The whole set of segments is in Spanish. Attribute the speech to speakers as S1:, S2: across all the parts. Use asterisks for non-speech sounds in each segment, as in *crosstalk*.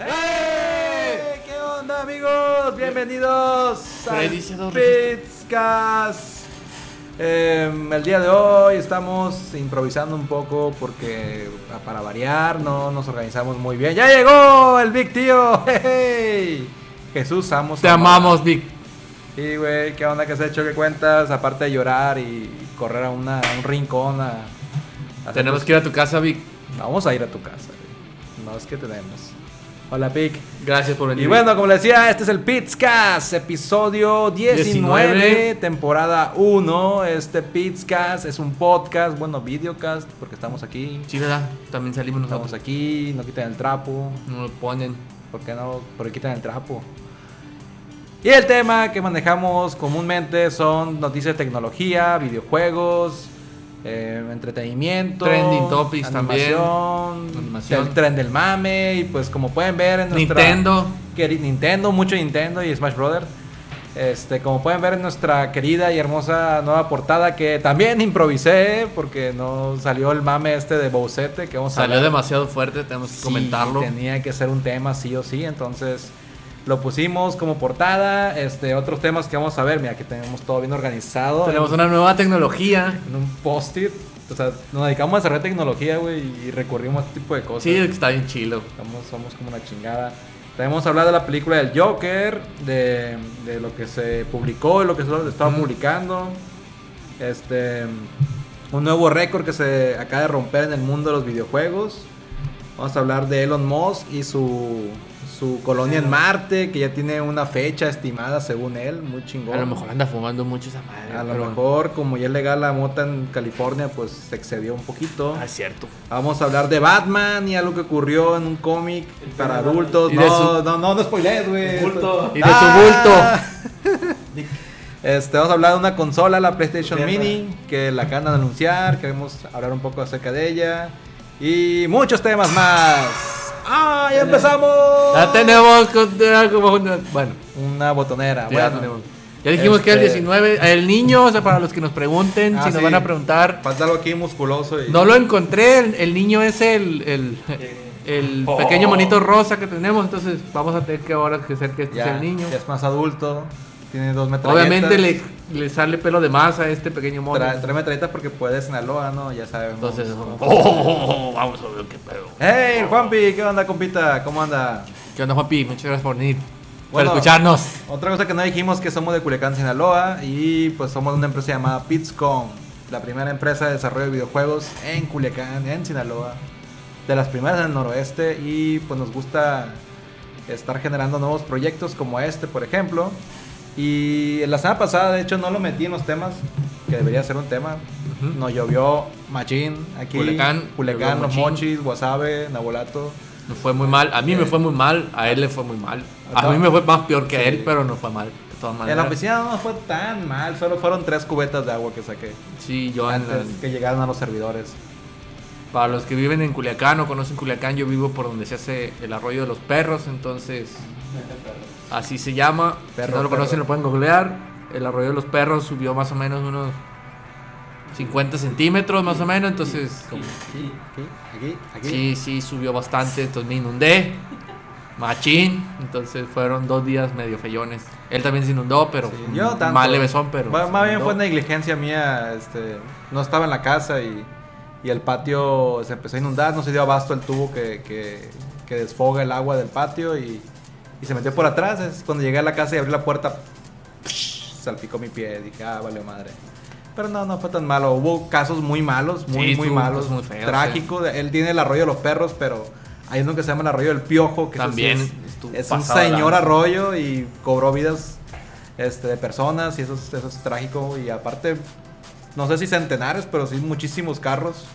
S1: ¡Eh!
S2: bienvenidos
S1: Freddy se
S2: al
S1: dormió.
S2: Pizcas. Em, el día de hoy estamos improvisando un poco porque a- para variar no nos organizamos muy bien. ¡Ya llegó el Big Tío! *laughs* ¡Hey! Jesús Amos.
S1: Te amamos, Vic.
S2: Sí, güey, ¿qué onda que has hecho? ¿Qué cuentas? Aparte de llorar y correr a, una, a un rincón. a- a hacer
S1: Tenemos que ir a tu casa, Vic.
S2: Vamos a ir a tu casa. güey. No es que tenemos. Hola, Pic.
S1: Gracias por venir.
S2: Y bueno, como les decía, este es el Pizcast, episodio 19,
S1: 19.
S2: temporada 1. Este Pizcast es un podcast, bueno, videocast, porque estamos aquí.
S1: Sí, ¿verdad? También salimos
S2: Estamos
S1: nosotros.
S2: aquí, no quitan el trapo.
S1: No lo ponen.
S2: ¿Por qué no? Porque quitan el trapo. Y el tema que manejamos comúnmente son noticias de tecnología, videojuegos, eh, entretenimiento,
S1: Trending topics también.
S2: animación,
S1: Animación.
S2: el tren del mame y pues como pueden ver en nuestra
S1: Nintendo.
S2: queri- Nintendo, mucho Nintendo y Smash Brothers. Este, como pueden ver en nuestra querida y hermosa nueva portada que también improvisé porque no salió el mame este de Bowsete que vamos a
S1: Salió
S2: hablar
S1: demasiado fuerte, tenemos que
S2: sí,
S1: comentarlo.
S2: Tenía que ser un tema sí o sí, entonces lo pusimos como portada. Este, otros temas que vamos a ver, mira, que tenemos todo bien organizado.
S1: Tenemos
S2: en,
S1: una nueva tecnología.
S2: en un post-it. O sea, nos dedicamos a desarrollar tecnología, güey, y recurrimos a este tipo de cosas.
S1: Sí, está bien chilo.
S2: Somos, somos como una chingada. También vamos a hablar de la película del Joker, de, de lo que se publicó y lo que se estaba
S1: Ujú.
S2: publicando. Este, un nuevo récord que se acaba de romper en el mundo de los videojuegos. Vamos a hablar de Elon Musk y su, su colonia en Marte, que ya tiene una fecha estimada según él, muy chingón.
S1: A lo mejor anda fumando mucho esa madre.
S2: A lo
S1: pero-
S2: mejor, como ya es legal la mota en California, pues se excedió un poquito.
S1: Ah, es cierto.
S2: Vamos a hablar de Batman y algo que ocurrió en un cómic para adultos.
S1: Y de
S2: No,
S1: su-
S2: no, no, no spoilees, güey. Ah.
S3: Bulto.
S1: Y de su
S2: *laughs* Este, vamos a hablar de una consola, la PlayStation
S3: Mierda.
S2: Mini, que la acaban de anunciar. Queremos hablar un poco acerca de ella. Y muchos temas más. ¡Ah, ya empezamos!
S1: Ya tenemos. con- era como una- Bueno,
S2: Una botonera.
S1: ya
S2: Ah, bueno.
S1: tenemos. Ya dijimos que era el
S2: Este-
S1: 19. El niño, o sea, para los que nos pregunten,
S2: Ah,
S1: si nos
S2: sí.
S1: van a preguntar.
S2: Falta algo aquí musculoso. Y...
S1: No lo encontré, el, el niño es el, el,
S2: *laughs*
S1: el
S3: Oh.
S1: pequeño monito rosa que tenemos, entonces vamos a tener que ahora que ser que este sea
S2: ya,
S1: el niño.
S2: ya es más adulto. Tiene dos metralletas.
S1: Obviamente le, le sale pelo de más a este pequeño mono.
S2: Tra- Trae metralletas porque puede de Sinaloa, ¿no? Ya sabemos.
S1: Entonces,
S2: cómo
S1: oh, vamos a ver qué pedo.
S2: Hey, Juanpi, ¿qué onda, compita? ¿Cómo anda?
S1: ¿Qué onda, Juanpi? Muchas gracias por venir,
S2: Bueno.
S1: por escucharnos.
S2: Otra cosa que no dijimos que somos de Culiacán, Sinaloa y pues somos una empresa llamada Pitscom, la primera empresa de desarrollo de videojuegos en Culiacán, en Sinaloa, de las primeras del noroeste y pues nos gusta estar generando nuevos proyectos como este, por ejemplo. Y la semana pasada, de hecho, no lo metí en los temas, que debería ser un tema.
S1: Ujú.
S2: Nos llovió Machín aquí,
S1: Culiacán,
S2: Culiacán
S1: llovió
S2: Los
S1: machín.
S2: Mochis, Guasave, Nabolato.
S1: Nos fue muy mal, a mí me fue muy mal, a él le fue muy mal. A
S2: Acá-
S1: mí me fue más peor que a
S2: Sí.
S1: él, pero no fue mal. De todas
S2: En la
S1: maneras.
S2: oficina no fue tan mal, solo fueron tres cubetas de agua que saqué.
S1: Sí, yo en la-
S2: antes que llegaron a los servidores.
S1: Para los que viven en Culiacán o conocen Culiacán, yo vivo por donde se hace el arroyo de los perros, entonces así se llama.
S2: Perro,
S1: si no lo
S2: perro.
S1: conocen, lo pueden googlear. El arroyo de los perros subió más o menos unos 50 centímetros, más o menos, entonces
S2: Aquí, aquí, aquí.
S1: sí, sí, subió bastante, entonces me inundé. Machín, entonces fueron dos días medio feyones. Él también se inundó, pero
S2: Sí, Yo tanto.
S1: mal levesón, pero.
S2: Más,
S1: se
S2: más bien
S1: inundó.
S2: fue negligencia mía. Este, no estaba en la casa y, y el patio se empezó a inundar. No se dio abasto el tubo que, que, que desfoga el agua del patio y, y se metió por atrás. Es cuando llegué a la casa y abrí la puerta, salpicó mi pie. Dije, ah, vale madre. Pero no, no fue tan malo. Hubo casos muy malos, muy,
S1: Sí,
S2: muy
S1: estuvo
S2: malos.
S1: casos muy feos,
S2: trágico. Él tiene el arroyo de los perros, pero hay uno que se llama el arroyo del piojo. Que ese sí
S1: También
S2: es-
S1: estuvo
S2: es un
S1: pasado de
S2: señor
S1: lanza.
S2: arroyo y cobró vidas este, de personas y eso, es- eso es trágico. Y aparte, no sé si centenares, pero sí muchísimos carros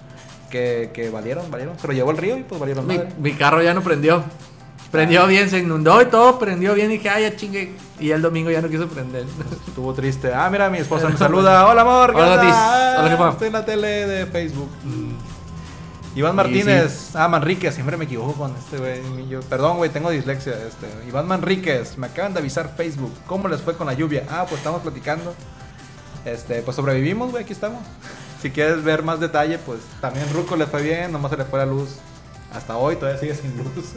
S2: que, que valieron, valieron. Se lo llevó el río y pues valieron
S1: Mi,
S2: madre.
S1: mi carro ya no prendió. Prendió bien, se inundó y todo, prendió bien. Y dije, ay, ya chingue. Y el domingo ya no quiso prender.
S2: Estuvo triste. Ah, mira, mi
S1: *laughs*
S2: esposa me saluda. Hola, amor. ¿qué
S1: Hola,
S2: onda?
S1: Tis.
S2: Ah,
S1: Hola, jefa. Mm.
S2: Estoy en la tele de Facebook. Mm. Iván
S1: Sí,
S2: Martínez. Ah, Manríquez. Siempre me equivoco con este güey. Yo- Perdón, güey, tengo dislexia. Este. Iván Manríquez. Me acaban de avisar Facebook. ¿Cómo les fue con la lluvia? Ah, pues estamos platicando. Este, pues sobrevivimos, güey. Aquí estamos. *laughs* Si quieres ver más detalle, pues también Ruco le fue bien. Nomás se le fue la luz. *laughs* Hasta hoy todavía sigue sin luz.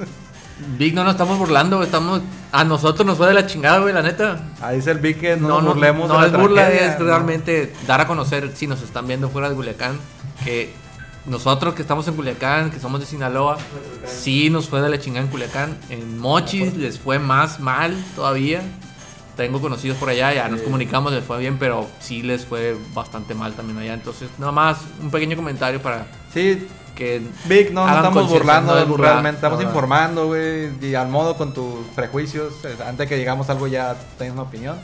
S1: Vic, no nos estamos burlando, estamos. A nosotros nos fue de la chingada, güey, la neta.
S2: Ahí dice el Vic que no, nos burlemos.
S1: No,
S2: de la
S1: es burla,
S2: tragedia,
S1: es
S2: ¿no?
S1: realmente dar a conocer si nos están viendo fuera de Culiacán. Que nosotros que estamos en Culiacán, que somos de Sinaloa, sí nos fue de la chingada en Culiacán. En Mochis les fue más mal todavía. Tengo conocidos por allá, ya nos comunicamos, les fue bien, pero sí les fue bastante mal también allá. Entonces, nada más un pequeño comentario para
S2: Sí,
S1: que.
S2: Vic, no nos
S1: hagan
S2: estamos
S1: conciencia,
S2: burlando,
S1: no es burla,
S2: realmente estamos
S1: no, no.
S2: informando, güey, y al modo con tus prejuicios. eh, Antes de que digamos algo ya tenés una opinión.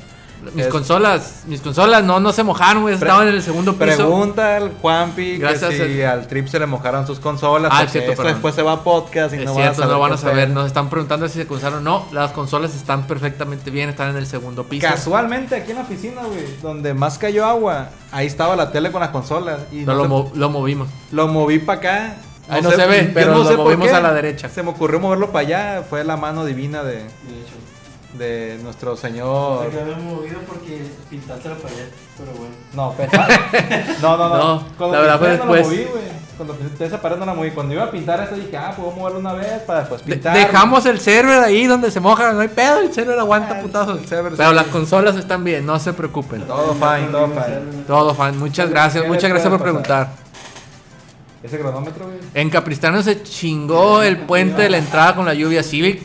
S1: Mis
S2: Es-
S1: consolas, mis consolas no, no se mojaron, güey,
S2: Pre-
S1: estaban en el segundo piso.
S2: Pregunta al Juanpi
S1: Gracias,
S2: que si
S1: el-
S2: al Trip se le mojaron sus consolas.
S1: Ah,
S2: porque
S1: es cierto,
S2: esto
S1: perdón.
S2: después se va a podcast y
S1: Es
S2: no van a
S1: cierto,
S2: saber.
S1: no van a
S2: qué
S1: saber.
S2: pedo.
S1: Nos están preguntando si se cruzaron o no. Las consolas están perfectamente bien, están en el segundo piso.
S2: Casualmente aquí en la oficina, güey, donde más cayó agua, ahí estaba la tele con las consolas. Y
S1: No
S2: no
S1: lo,
S2: sé-
S1: mo- lo movimos.
S2: lo moví para acá.
S1: Ahí no se ve,
S2: yo
S1: pero lo
S2: por
S1: movimos
S2: qué.
S1: a la derecha.
S2: Se me ocurrió moverlo para allá, fue la mano divina de,
S3: De hecho,
S2: de nuestro
S3: no
S2: señor.
S3: sé que haber movido porque pintaste la pared, pero bueno.
S2: No,
S1: *laughs*
S2: pensaba- no, no, no.
S1: No,
S2: Cuando
S1: la verdad
S2: pinté
S1: fue
S2: no la
S1: después.
S2: moví, güey. Cuando pinté esa pared no la moví. Cuando iba a pintar esta dije, ah, puedo moverla una vez para después
S1: De-
S2: pintar.
S1: dejamos el server ahí donde se moja, no hay pedo, el server aguanta
S2: Ah,
S1: putazos.
S2: el server
S1: Pero
S2: sí.
S1: las consolas están bien, no se preocupen.
S2: Todo fine, todo fine.
S1: Todo fan, muchas gracias,
S2: ¿Qué
S1: muchas
S2: le
S1: gracias
S2: puede
S1: por
S2: pasar?
S1: preguntar.
S2: Ese cronómetro, güey.
S1: En Capistrano se chingó el puente de la entrada con la lluvia Civic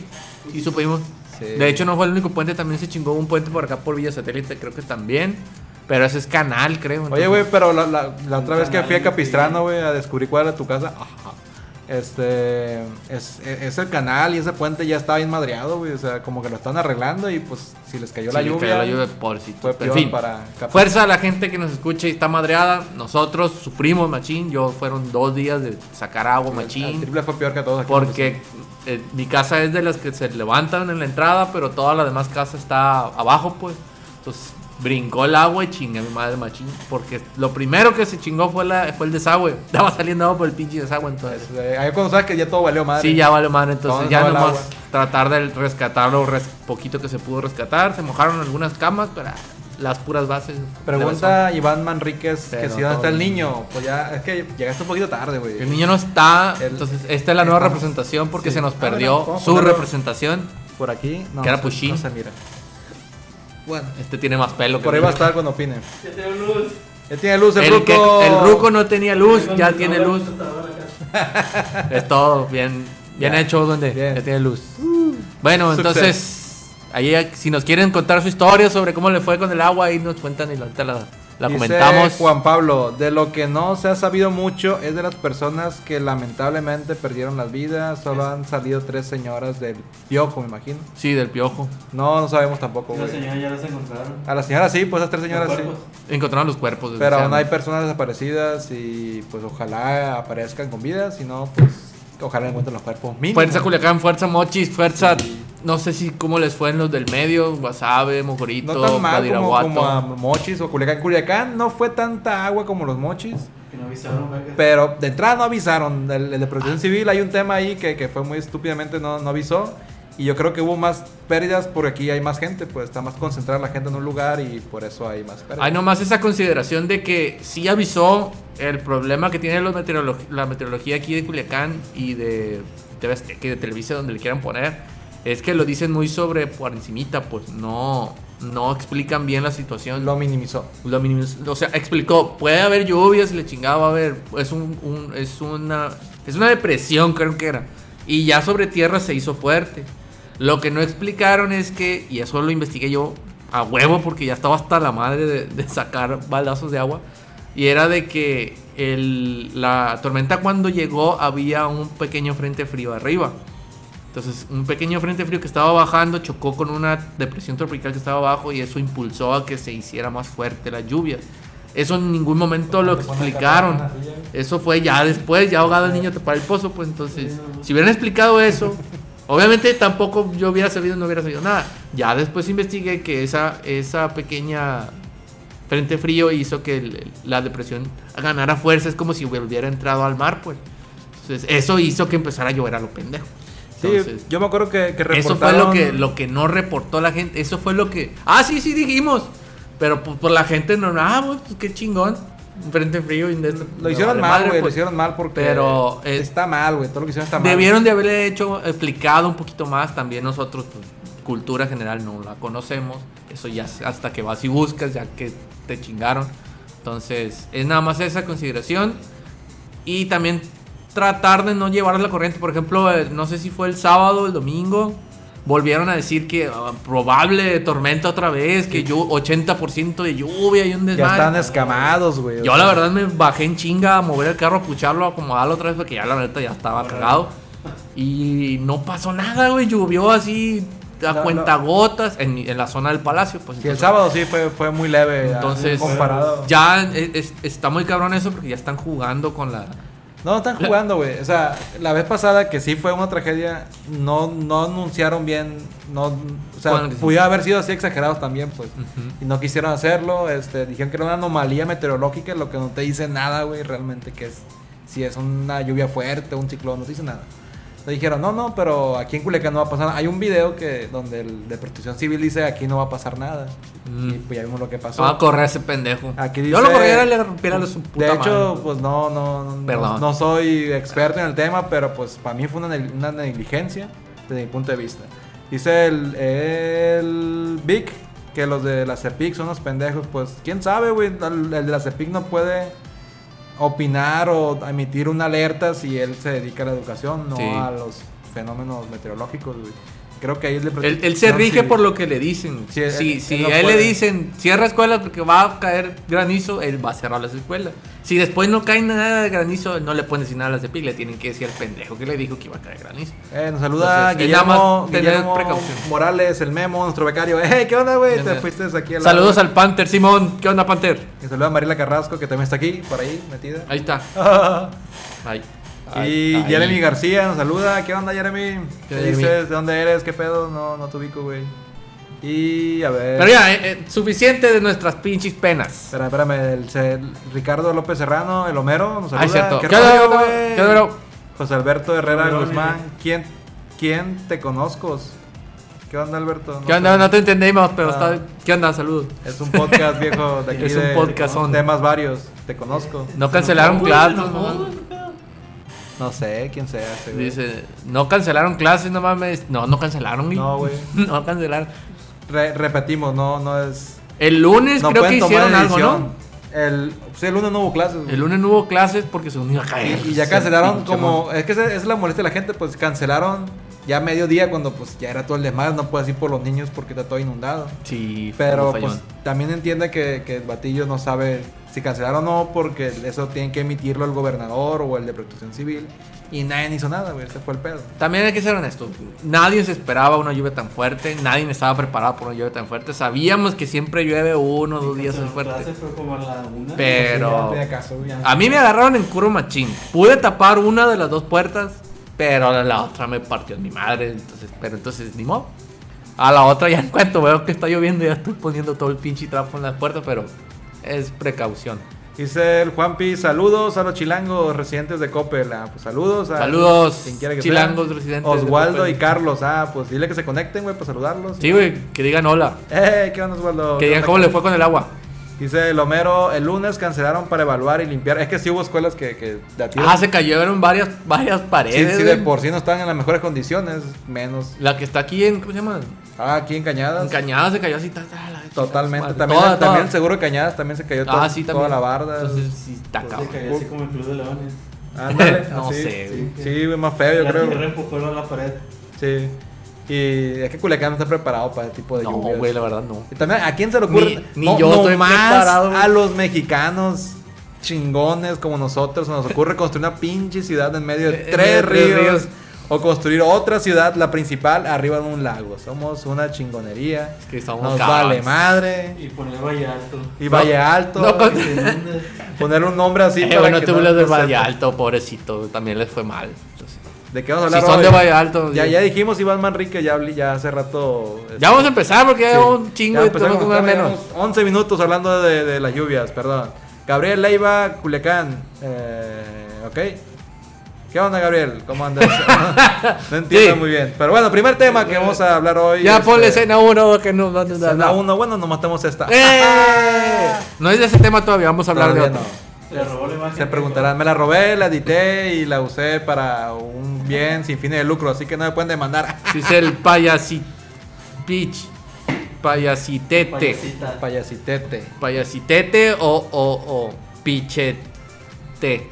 S1: y supimos.
S2: Sí.
S1: De hecho, no fue el único puente, también se chingó un puente por acá por Villa Satélite, creo que también. Pero ese es canal, creo.
S2: Oye,
S1: entonces-
S2: güey, pero la, la- la otra vez que
S3: canal,
S2: fui a
S3: sí.
S2: Capistrano, güey, a descubrir cuál era tu casa, ajá, este, es, es- es el canal y ese puente ya estaba bien madreado, güey, o sea, como que lo están arreglando y pues si les cayó la
S1: Sí, le
S2: lluvia,
S1: cayó la lluvia por si-
S2: fue
S1: en
S2: peor
S1: fin.
S2: para Capistrano.
S1: Fuerza a la gente que nos escucha y está madreada. Nosotros sufrimos, machín. Yo fueron dos días de sacar agua,
S2: El
S1: machín.
S2: triple fue peor que a todos aquí.
S1: Porque eh, mi casa es de las que se levantan en la entrada, pero toda la demás casa está abajo, pues. Entonces brincó el agua y chingue mi madre, machín. Porque lo primero que se chingó fue, la, fue el desagüe. *laughs* Estaba saliendo agua por el pinche desagüe, entonces.
S2: Pues, eh, ahí cuando sabes que ya todo valió madre.
S1: Sí, ya vale madre, entonces
S2: Todo
S1: ya
S2: estaba el
S1: nomás
S2: agua.
S1: tratar de rescatar lo res- poquito que se pudo rescatar. Se mojaron algunas camas, pero ah, las puras bases. de
S2: Pregunta
S1: basón.
S2: Iván Manríquez que
S1: Pero
S2: si dónde está
S1: todo
S2: el
S1: bien.
S2: niño. Pues ya, es que llegaste un poquito tarde, güey.
S1: El niño no está,
S2: El-
S1: entonces esta es la nueva
S2: estamos-
S1: representación porque
S2: sí.
S1: se nos
S2: Ah, bueno,
S1: perdió
S2: vamos a
S1: su
S2: ponerlo.
S1: representación.
S2: Por aquí, no.
S1: Que era
S2: no se-
S1: Pusheen.
S2: No se mira. Bueno,
S1: Este tiene más pelo que
S2: por ahí
S1: mí.
S2: va a estar cuando opinen.
S3: Ya tengo luz.
S2: Ya tiene luz el,
S1: El,
S2: ruco.
S1: que- el ruco no tenía luz,
S3: Tengo
S1: ya
S3: el
S1: tiene
S3: computador,
S1: luz.
S3: computador acá.
S1: Es todo bien, bien
S2: Ya.
S1: hecho, donde
S2: Bien. Uh,
S1: ya tiene luz. Bueno,
S2: Success.
S1: entonces, ahí, si nos quieren contar su historia sobre cómo le fue con el agua, ahí nos cuentan y la, ahorita la, la
S2: Dice
S1: comentamos.
S2: Juan Pablo, de lo que no se ha sabido mucho es de las personas que lamentablemente perdieron las vidas. Solo han salido tres señoras del piojo, me imagino.
S1: Sí, del piojo.
S2: No, no sabemos tampoco,
S3: Los
S2: güey.
S3: señores ya las encontraron.
S2: A la señora sí, pues esas tres señoras sí.
S3: cuerpos.
S1: Encontraron los cuerpos.
S2: Pero aún hay
S1: desgraciadamente.
S2: personas desaparecidas y pues ojalá aparezcan con vida. Si no, pues ojalá encuentren los cuerpos mínimos.
S1: Fuerza Culiacán, Fuerza Mochis, Fuerza... No sé si cómo les fue en los del medio, Guasave, Mojorito,
S2: No tan mal como,
S1: Badiraguato.
S2: como a Mochis o Culiacán. Culiacán no fue tanta agua como los Mochis.
S3: Que no avisaron, verga.
S2: Pero de entrada no avisaron. El, el de protección civil hay un tema ahí que, que fue muy estúpidamente, no, no avisó. Y yo creo que hubo más pérdidas porque aquí hay más gente, pues está más concentrada la gente en un lugar y por eso hay más pérdidas.
S1: Hay nomás esa consideración de que sí avisó el problema que tiene los meteorolo- la meteorología aquí de Culiacán y de TV Azteca y de Televisa, donde le quieran poner, es que lo dicen muy sobre por encimita, pues no, no explican bien la situación.
S2: Lo minimizó.
S1: Lo minimiz- Pues o sea, explicó, puede haber lluvias, le chingaba, va a haber, es, un, un- es, una, es una depresión, creo que era. Y ya sobre tierra se hizo fuerte. Lo que no explicaron es que, y eso lo investigué yo a huevo, porque ya estaba hasta la madre de, de sacar balazos de agua, y era de que el- la tormenta cuando llegó había un pequeño frente frío arriba. Entonces, un pequeño frente frío que estaba bajando chocó con una depresión tropical que estaba abajo y eso impulsó a que se hiciera más fuerte la lluvia. Eso en ningún momento lo explicaron. Eso fue ya después, ya ahogado el niño tapar el pozo, pues entonces, si hubieran explicado eso, obviamente tampoco yo hubiera sabido, no hubiera sabido nada. Ya después investigué que esa, esa pequeña frente frío hizo que el- la depresión ganara fuerza, es como si hubiera entrado al mar, pues. Entonces, eso hizo que empezara a llover a lo pendejo.
S2: Sí,
S1: Entonces,
S2: yo me acuerdo que, que
S1: eso fue lo
S2: reportaron-
S1: que, lo que no reportó la gente. Eso fue lo que. Ah, sí, sí, dijimos. Pero pues, por la gente no. Ah, güey, pues, qué chingón. un frente frío. y de-
S2: Lo hicieron
S1: vale
S2: mal,
S1: madre,
S2: güey. Lo
S1: pues.
S2: hicieron mal porque.
S1: Pero, eh,
S2: está mal, güey. Todo lo que hicieron está mal.
S1: Debieron de haberle hecho, explicado un poquito más. También nosotros, pues, cultura general, no la conocemos. Eso ya es hasta que vas y buscas, ya que te chingaron. Entonces, es nada más esa consideración. Y también tratar de no llevar la corriente. Por ejemplo, eh, no sé si fue el sábado o el domingo. Volvieron a decir que ah, probable tormenta otra vez, que yo 80% de lluvia y un
S2: Ya
S1: desmadre.
S2: están escamados, güey. o
S1: Yo
S2: sea,
S1: la verdad me bajé en chinga a mover el carro, a pucharlo, a acomodarlo otra vez porque ya la neta ya estaba cagado. Y no pasó nada, güey. Llovió así a
S2: No, no.
S1: cuentagotas en, en la zona del palacio. Pues,
S2: Sí, el
S1: entonces,
S2: sábado sí fue, fue muy leve.
S1: Entonces,
S2: ah, comparado.
S1: ya es- es- está muy cabrón eso porque ya están jugando con la...
S2: No, están jugando, güey. O sea, la vez pasada que sí fue una tragedia, no, no anunciaron bien. No, o sea,
S1: Bueno, sí.
S2: pudiera haber sido así exagerados también, pues.
S1: Ujú.
S2: Y no quisieron hacerlo. Este, dijeron que era una anomalía meteorológica, lo que no te dice nada, güey, realmente que es. Si es una lluvia fuerte, un ciclón, no te dice nada. Le dijeron, no, no, pero aquí en Culiacán no va a pasar nada. Hay un video que donde el de protección civil dice, aquí no va a pasar nada.
S1: Mm. Ah,
S2: Y pues ya vimos lo que pasó.
S1: Va a correr ese pendejo.
S2: Aquí
S1: Yo lo
S2: dice-
S1: corría y le rompiera su puta
S2: De hecho,
S1: madre.
S2: pues no, no, no,
S1: Perdón.
S2: no soy experto en el tema, pero pues para mí fue una, neg- una negligencia desde mi punto de vista. Dice el, el Vic que los de la CEPIC son unos pendejos, pues quién sabe, güey, el, el de la CEPIC no puede opinar o emitir una alerta si él se dedica a la educación, no
S1: Sí.
S2: a los fenómenos meteorológicos, güey. Creo que ahí es de
S1: Él, él se
S2: protección
S1: rige
S2: civil.
S1: por lo que le dicen.
S2: Sí, él-
S1: si
S2: él
S1: si
S2: no
S1: a él le
S2: puede.
S1: dicen cierra escuelas porque va a caer granizo, él va a cerrar las escuelas. Si después no cae nada de granizo, no le pueden decir nada a las de PIC, le tienen que decir al pendejo que le dijo que iba a caer granizo.
S2: Eh, nos saluda
S1: Entonces, es nada
S2: Guillermo,
S1: más tener
S2: Guillermo
S1: precaución.
S2: Morales, el Memo, nuestro becario. ¡Hey, qué onda, güey! Te
S1: Bien,
S2: fuiste desde aquí.
S1: Saludos al Panther, Simón. ¿Qué onda, Panther?
S2: Y saluda a Mariela Carrasco, que también está aquí, por ahí, metida.
S1: Ahí está.
S2: *laughs*
S1: Ahí.
S2: y
S1: Ahí.
S2: Jeremy García nos saluda. ¿Qué onda, Jeremy?
S1: ¿Qué
S2: ¿Qué
S1: onda, Jeremy?
S2: dices? ¿De dónde eres? ¿Qué pedo? No, no te ubico, güey. Y a ver...
S1: Pero ya, eh, eh, suficiente de nuestras pinches penas.
S2: Espera, espérame. El, el Ricardo López Serrano, el Homero, nos saluda.
S1: Ahí Ah, cierto.
S2: ¿Qué
S1: ¿Qué onda,
S2: rollo,
S1: bro?
S2: güey?
S1: ¿Qué onda, bro?
S2: José Alberto Herrera
S3: ¿Qué onda,
S2: Guzmán.
S3: güey?
S2: ¿Quién, ¿Quién te conozco? ¿Qué onda, Alberto? No
S1: ¿Qué
S2: sé.
S1: onda? No te entendemos, pero
S2: Ah.
S1: está... ¿Qué onda? Saludos.
S2: Es un podcast viejo de aquí.
S1: Es un
S2: de-
S1: podcastón.
S2: Temas varios. Te conozco.
S1: No cancelaron clases,
S3: No,
S1: mamá.
S2: No sé quién sea ese. güey.
S1: Dice, no cancelaron clases, no mames. No, no cancelaron, güey.
S2: No, güey.
S1: No cancelaron.
S2: Re- repetimos, no, no es.
S1: El lunes
S2: No
S1: creo que
S2: pueden tomar
S1: hicieron algo,
S2: decisión.
S1: ¿no?
S2: El, sí, el lunes no hubo clases. güey.
S1: El lunes no hubo clases porque se unió a caer.
S2: Y, y ya
S1: Ese
S2: cancelaron
S1: pinche
S2: como.
S1: mon-
S2: Es que esa esa es la molestia de la gente, pues cancelaron ya a mediodía cuando pues ya era todo el desmadre. No puedes ir por los niños porque está todo inundado.
S1: Sí, fue
S2: Pero
S1: un
S2: pues
S1: fallón.
S2: también entiende que, que el batillo no sabe si cancelar o no, porque eso tiene que emitirlo el gobernador o el de protección civil. Y nadie hizo nada, güey. Ese fue el pedo.
S1: También hay que ser honestos. Nadie se esperaba una lluvia tan fuerte. Nadie estaba preparado por una lluvia tan fuerte. Sabíamos que siempre llueve uno o dos días es fuerte.
S3: Fue como a la una.
S1: Pero-
S2: Ya no tenía caso, güey.
S1: A mí me agarraron en curro machín. Pude tapar una de las dos puertas, pero la- la otra me partió en mi madre. Entonces, pero entonces, ni modo. A la otra ya en cuanto veo que está lloviendo, ya estoy poniendo todo el pinche trapo en las puertas, pero es precaución.
S2: Dice el Juanpi, saludos a los chilangos residentes de Coppel. Ah, pues saludos a
S1: Saludos,
S2: quien quiera que
S1: chilangos
S2: sea.
S1: residentes de
S2: Oswaldo
S1: Coppel.
S2: y Carlos. Ah, pues dile que se conecten, güey, para saludarlos.
S1: Sí, güey, que digan hola.
S2: Eh, ¿qué onda, Oswaldo?
S1: Que
S2: ¿Qué
S1: digan
S2: onda,
S1: cómo le
S2: Carlos?
S1: fue con el agua.
S2: Dice el Homero, el lunes cancelaron para evaluar y limpiar. Es que sí hubo escuelas que, que de a tiro-
S1: Ah, se cayeron varias, varias
S2: Sí,
S1: paredes.
S2: sí, de
S1: güey.
S2: por sí no estaban en las mejores condiciones, menos.
S1: La que está aquí en, ¿cómo se llama?
S2: Ah, aquí en Cañadas.
S1: En Cañada se cayó así. ta, ta, la-
S2: Totalmente.
S1: madre.
S2: También,
S1: Toda,
S2: también el
S1: toda.
S2: seguro de Cañadas también se cayó to-
S1: Ah, sí,
S2: toda
S1: también.
S2: la barda.
S1: Entonces, sí, está
S2: Pues
S3: Se
S1: cabrón.
S3: cayó así como el Club de Leones.
S2: Ándale,
S1: *laughs* No
S2: así.
S1: sé, güey.
S2: Sí, güey, más feo, yo
S3: la
S2: creo.
S3: tierra empujó a la pared.
S2: Sí. Y es que Culiacán no está preparado para este tipo de
S1: No,
S2: lluvias.
S1: güey, la verdad no.
S2: Y también, ¿a quién se le ocurre?
S1: Ni- ni yo estoy más.
S2: preparado a los mexicanos chingones como nosotros se nos ocurre construir una pinche ciudad en medio de
S1: En
S2: tres
S1: medio de tres
S2: ríos,
S1: ríos.
S2: o construir otra ciudad, la principal, arriba de un lago. Somos una chingonería.
S1: Es que estamos
S2: nos vale
S1: cabrones.
S2: madre.
S3: Y poner valle alto.
S2: Y Valle Alto.
S1: no con-
S3: Y se inunda.
S1: *laughs*
S2: Poner un nombre así.
S1: Eh,
S2: para
S1: bueno,
S2: que
S1: te burlas de
S2: no sepa.
S1: Valle Alto, pobrecito. También les fue mal. Entonces,
S2: ¿De qué vamos a hablar
S1: Si son
S2: hoy?
S1: de Valle Alto,
S2: Ya,
S1: sí.
S2: ya dijimos Iván Manrique, ya, habl- ya hace rato. este,
S1: ya vamos a empezar porque ya
S2: Sí.
S1: llevamos un chingo
S2: Ya
S1: y
S2: empezamos
S1: tenemos que jugar
S2: con
S1: menos.
S2: temas, 11 minutos hablando de, de las lluvias, perdón. Gabriel Leiva, Culiacán. Eh, ok. ¿Qué onda, Gabriel? ¿Cómo
S1: *laughs*
S2: andas? no entiendo
S1: Sí.
S2: muy bien. Pero bueno, primer tema que vamos a hablar hoy.
S1: Ya
S2: este,
S1: ponle escena uno que no, no, no,
S2: escena
S1: no.
S2: uno. Bueno, nos matamos esta. *laughs*
S1: ¡Eh! No es de ese tema todavía, vamos ¡Eh! a hablar de
S2: Todavía
S1: otro.
S2: no.
S3: Se le robó la imagen.
S2: Se preguntarán, me la robé, la edité y la usé para un bien sin fines de lucro, así que no me pueden demandar.
S1: Dice el payasi... Pitch. Payasitete. Este.
S3: Payasita.
S2: Payasitete.
S1: Payasitete o, o, o pichete.
S2: Eh.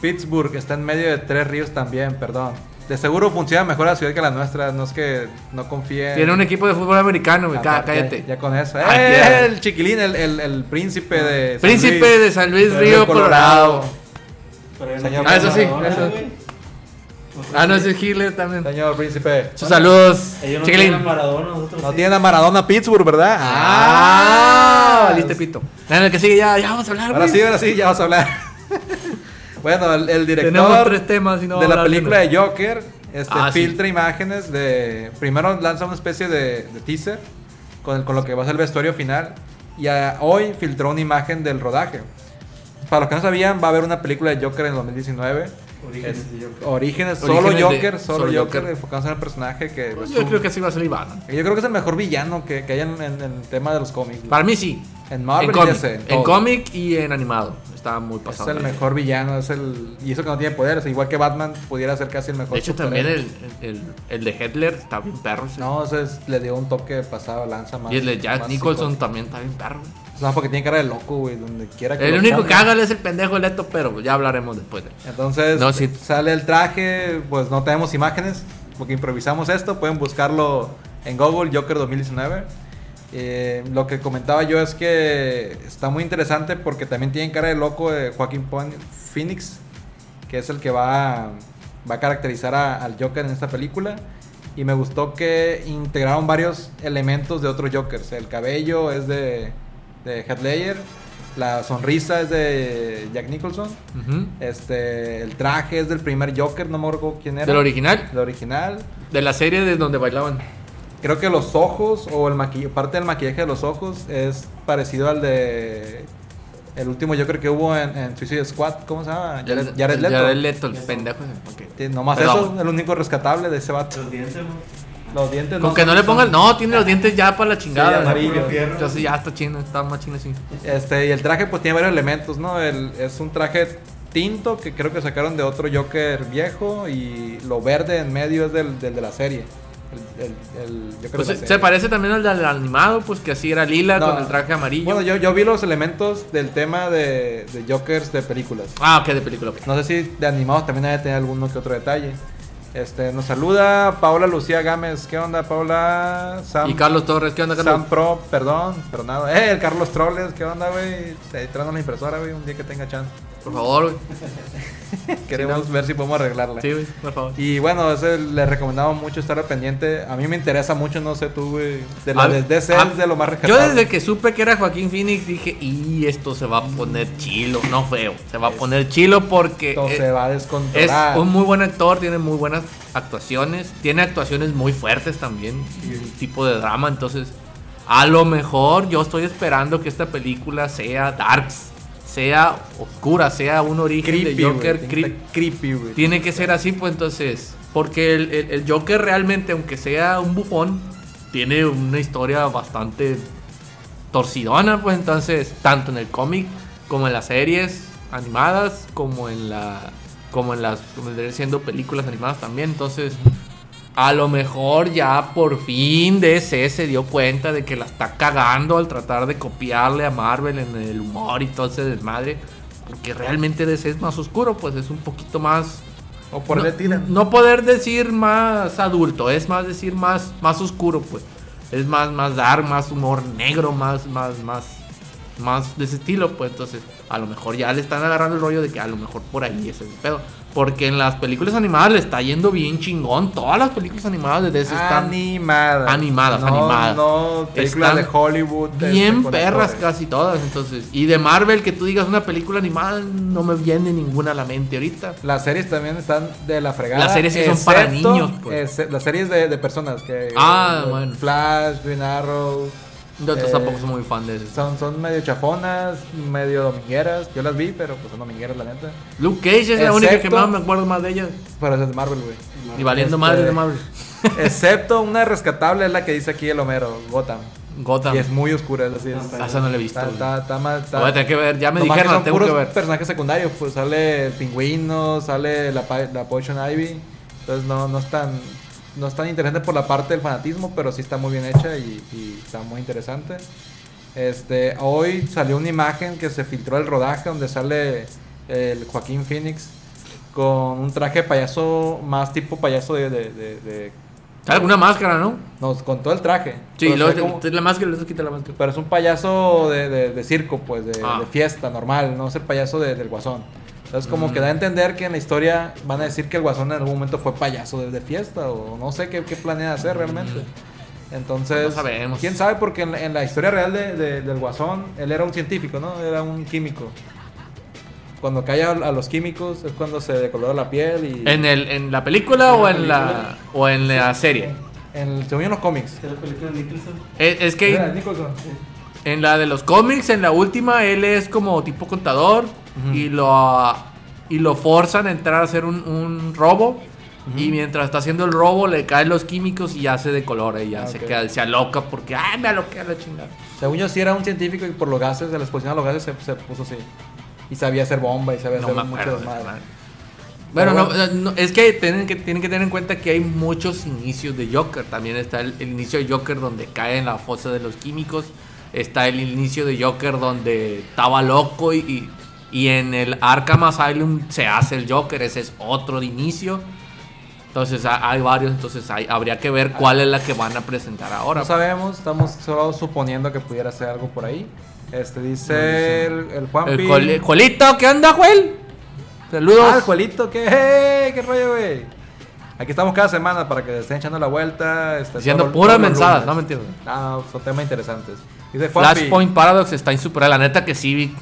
S2: Pittsburgh está en medio de tres ríos también, perdón. De seguro funciona mejor la ciudad que la nuestra, no es que no confíe.
S1: Tiene un equipo de fútbol americano, güey.
S2: Ah,
S1: cá-
S2: ya-
S1: cállate.
S2: Ya, con eso.
S1: Ah,
S2: ¡Eh,
S1: ya.
S2: el chiquilín, el, el- el príncipe de. San
S1: Príncipe
S2: Luis.
S1: de San Luis Río, Colorado.
S3: Pero él no
S2: Señor-
S3: tiene
S2: Ah, eso
S1: sí,
S3: ganadora,
S1: eso.
S3: güey. Pues,
S1: Ah, no, ese es Hitler también.
S2: Señor príncipe.
S1: Sus saludos.
S3: Ellos no
S1: Chiquilín.
S3: tienen a Maradona, nosotros
S2: No
S3: sí.
S2: tienen a Maradona Pittsburgh, ¿verdad?
S1: Ah, valiste pito. En el que sigue ya, ya vamos a hablar,
S2: Ahora
S1: güey.
S2: sí, ahora sí, ya vas a hablar. *laughs* bueno, el, el
S1: Tenemos tres
S2: director
S1: temas y no
S2: de
S1: vamos a
S2: la
S1: hablar
S2: película
S1: uno.
S2: de Joker este,
S1: Ah, sí.
S2: filtra imágenes de. Primero lanza una especie de, de teaser con, el- con lo que va a ser el vestuario final. Y ah, hoy filtró una imagen del rodaje. Para los que no sabían, va a haber una película de Joker en el 2019.
S3: Orígenes de Joker.
S2: Orígenes, solo
S1: Orígenes de-
S2: Joker, solo,
S1: solo
S2: Joker,
S1: Joker.
S2: enfocados en el personaje que.
S1: Pues
S2: es
S1: Yo
S2: un-
S1: creo que así va a ser Iván.
S2: yo creo que es el mejor villano que, que hay en, en- en el tema de los cómics.
S1: Para mí sí.
S2: En Marvel
S1: en
S2: ya
S1: cómic,
S2: sé, en
S1: en
S2: todo.
S1: cómic y en animado. Estaba muy
S2: Es
S1: pasado.
S2: el
S1: de-
S2: mejor villano, es el. Y eso que no tiene poderes, igual que Batman pudiera ser casi el mejor.
S1: De hecho,
S2: superhéroe.
S1: también el, el, el de Hitler está bien perro. ese.
S2: No, eso es- le dio un toque pasado, lanza más.
S1: y el de Jack
S2: más
S1: Nicholson
S2: psicótico.
S1: también está bien perro. güey.
S2: No, porque tiene cara de loco, güey, donde quiera que.
S1: El
S2: lo
S1: único que
S2: pongan.
S1: hágale es el pendejo de Leto, pero pues, ya hablaremos después de él.
S2: Entonces,
S1: No, sí.
S2: sale el traje, pues no tenemos imágenes, porque improvisamos esto, pueden buscarlo en Google, Joker 2019. Eh, lo que comentaba yo es que está muy interesante porque también tienen cara de loco de Joaquín Pon- Phoenix, que es el que va a, va a caracterizar a- al Joker en esta película. Y me gustó que integraron varios elementos de otros Jokers. El cabello es de, de Heath Ledger, la sonrisa es de Jack Nicholson.
S1: Ujú.
S2: Este, el traje es del primer Joker, no me acuerdo quién era.
S1: Del original,
S2: Del original.
S1: de la serie de donde bailaban.
S2: Creo que los ojos o el maquill- parte del maquillaje de los ojos es parecido al de el último Joker que hubo en, en Suicide Squad, ¿cómo se llama? Ah, Jared, Jared
S1: el-
S2: Leto.
S1: Jared Leto, el pendejo. ese. Ok.
S2: Sí, nomás
S1: Perdón.
S2: eso es el único rescatable de ese vato.
S3: Los dientes, güey.
S2: Los dientes
S1: Con que no le pongan. No, tiene los dientes ya para la chingada.
S2: amarillo.
S3: Puro fierro.
S1: Entonces ya está chino, está más chino así.
S2: Este, y el traje pues tiene varios elementos, ¿no? El- es un traje tinto que creo que sacaron de otro Joker viejo y lo verde en medio es del, del de la serie. El, el- el Joker de
S1: Pues
S2: la
S1: se,
S2: serie.
S1: se parece también al del animado, pues que así era lila
S2: No.
S1: con el traje amarillo.
S2: Bueno, yo, yo vi los elementos del tema de, de Jokers de películas.
S1: Ah, ok, de película. pues.
S2: No sé si de animados también hay que tener alguno que otro detalle. Este, nos saluda Paola Lucía Gámez. ¿Qué onda, Paola? Sam,
S1: Y Carlos Torres, ¿qué onda, Carlos?
S2: Sam Pro, perdón, pero nada. Eh, el Carlos Troles, ¿qué onda, güey? Te traen la impresora, güey, un día que tenga
S1: *laughs*
S2: chance.
S1: Por favor, güey.
S2: Queremos ver si podemos arreglarla.
S1: Sí, güey, por favor.
S2: Y bueno, ese le recomendamos mucho estar al pendiente. A mí me interesa mucho, no sé tú, güey. De la
S1: A-
S2: de DC
S1: a-
S2: es de lo más
S1: Yo
S2: rescatable.
S1: desde que supe que era Joaquín Phoenix dije, y esto se va a poner chilo, no feo, se va a poner chilo porque
S2: Esto se
S1: eh,
S2: va a
S1: es
S2: descontrolar.
S1: un muy buen actor, tiene muy buenas actuaciones, tiene actuaciones muy fuertes también, y un tipo de drama, entonces a lo mejor yo estoy esperando que esta película sea darks, sea oscura, sea un origen
S2: creepy,
S1: de Joker
S2: güey.
S1: creep-
S2: creepy, güey.
S1: Tiene que ser así, pues entonces. Porque el, el- el Joker realmente, aunque sea un bufón, tiene una historia bastante torcidona, pues entonces, tanto en el cómic como en las series animadas, como en la. como en las. como vendrían siendo películas animadas también. Entonces, a lo mejor ya por fin DC se dio cuenta de que la está cagando al tratar de copiarle a Marvel en el humor y todo ese desmadre. Porque realmente DC es más oscuro, pues es un poquito más.
S2: O por
S1: no,
S2: le tiran.
S1: no poder decir más adulto, es más decir más, más oscuro, pues. Es más, más dark, más humor negro, más, más, más, más de ese estilo, pues. Entonces, a lo mejor ya le están agarrando el rollo de que a lo mejor por ahí es el pedo. Porque en las películas animadas le está yendo bien chingón. Todas las películas animadas de DC están
S2: animadas.
S1: Animadas,
S2: no,
S1: animadas.
S2: No, películas
S1: Están
S2: de Hollywood. este,
S1: bien
S2: con
S1: perras
S2: actores.
S1: casi todas. Entonces, y de Marvel que tú digas una película animada, no me viene ninguna a la mente ahorita.
S2: Las series también están de la fregada.
S1: Las series que son para
S2: excepto,
S1: niños, pues.
S2: exce- las series de, de personas que.
S1: Ah,
S2: eh,
S1: bueno.
S2: Flash, Green Arrow.
S1: Yo
S2: eh,
S1: tampoco soy muy fan de eso.
S2: Son, son medio chafonas, medio domingueras. Yo las vi, pero pues son domingueras, la neta.
S1: Luke Cage es la única que
S2: Excepto-
S1: más me acuerdo más de ella.
S2: Pero esas de Marvel,
S1: *laughs*
S2: güey.
S1: Y valiendo
S2: Este-
S1: madre de Marvel.
S2: Excepto una rescatable es la que dice aquí el Homero, Gotham.
S1: Gotham.
S2: Y es muy oscura, es así. es-
S3: Ah,
S1: Ah, esa no la he visto.
S2: Está,
S1: güey.
S2: está, está mal- está-
S1: Voy a tener que ver, ya me
S2: nomás
S1: dijeron,
S2: son
S1: tengo
S2: puros
S1: que ver.
S2: personajes secundarios, pues sale el pingüino, sale la, pa- la Potion Ivy. Entonces no, no es tan no es tan interesante por la parte del fanatismo, pero sí está muy bien hecha y, y está muy interesante. Este, hoy salió una imagen que se filtró el rodaje donde sale el Joaquín Phoenix con un traje de payaso más tipo payaso de, de- de- de-
S1: Trae alguna máscara, ¿no?
S2: no, con todo el traje.
S1: Sí,
S2: Pero
S1: luego
S2: se ve como-
S1: te- te- la máscara, luego quita la máscara.
S2: pero es un payaso de, de- de circo, pues, de,
S1: Ah.
S2: de fiesta normal, no es el payaso de- del guasón. Entonces, como
S1: Mm.
S2: que da a entender que en la historia van a decir que el guasón en algún momento fue payaso de, de fiesta, o no sé qué, qué planea hacer realmente. Entonces,
S1: No sabemos.
S2: quién sabe, porque en, la- en la historia real de- de- del guasón, él era un científico, ¿no? Era un químico. Cuando cae a, a los químicos es cuando se decolora la piel y.
S1: ¿En, el, ¿En la película o en la, o en la serie? E,
S2: En, según yo, en los cómics.
S3: ¿Qué Este es la película de Nicholson?
S1: Es, es
S2: Era
S1: que
S2: Nicholson.
S1: en la de los cómics, en la última, él es como tipo contador
S2: Ujú.
S1: y lo y lo forzan a entrar a hacer un, un robo. Y mientras está haciendo el robo, le caen los químicos y ya se decolora y ya
S2: Ah,
S1: se
S2: ok.
S1: queda, se aloca porque, ¡ay, me aloqué a la chingada!
S2: Según yo sí era un científico y por los gases, de la exposición a los gases se, se puso así. Y sabía hacer bomba y sabía
S1: No me
S2: hacer mucho
S1: acuerdo.
S2: desmadre.
S1: Bueno,
S2: Pero
S1: no, no, es que tienen, que tienen que tener en cuenta que hay muchos inicios de Joker. También está el, el inicio de Joker donde cae en la fosa de los químicos. Está el inicio de Joker donde estaba loco y, y, y en el Arkham Asylum se hace el Joker. Ese es otro de inicio. Entonces ha- hay varios, entonces hay- habría que ver cuál es la que van a presentar ahora.
S2: No sabemos, estamos solo suponiendo que pudiera hacer algo por ahí. Este dice el, el Juanpi.
S1: El Jol- el Jolito, ¿qué onda, Joel? Saludos.
S2: Ah, el Juelito, que ¡Hey! qué rollo, güey. Aquí estamos cada semana para que se estén echando la vuelta. Este,
S1: Diciendo
S2: todos los-
S1: puras
S2: todos los
S1: mensadas,
S2: lunes.
S1: no, mentira.
S2: Ah, son temas interesantes. Dice Juanpi.
S1: Flashpoint Paradox está insuperable. La neta que sí. vi-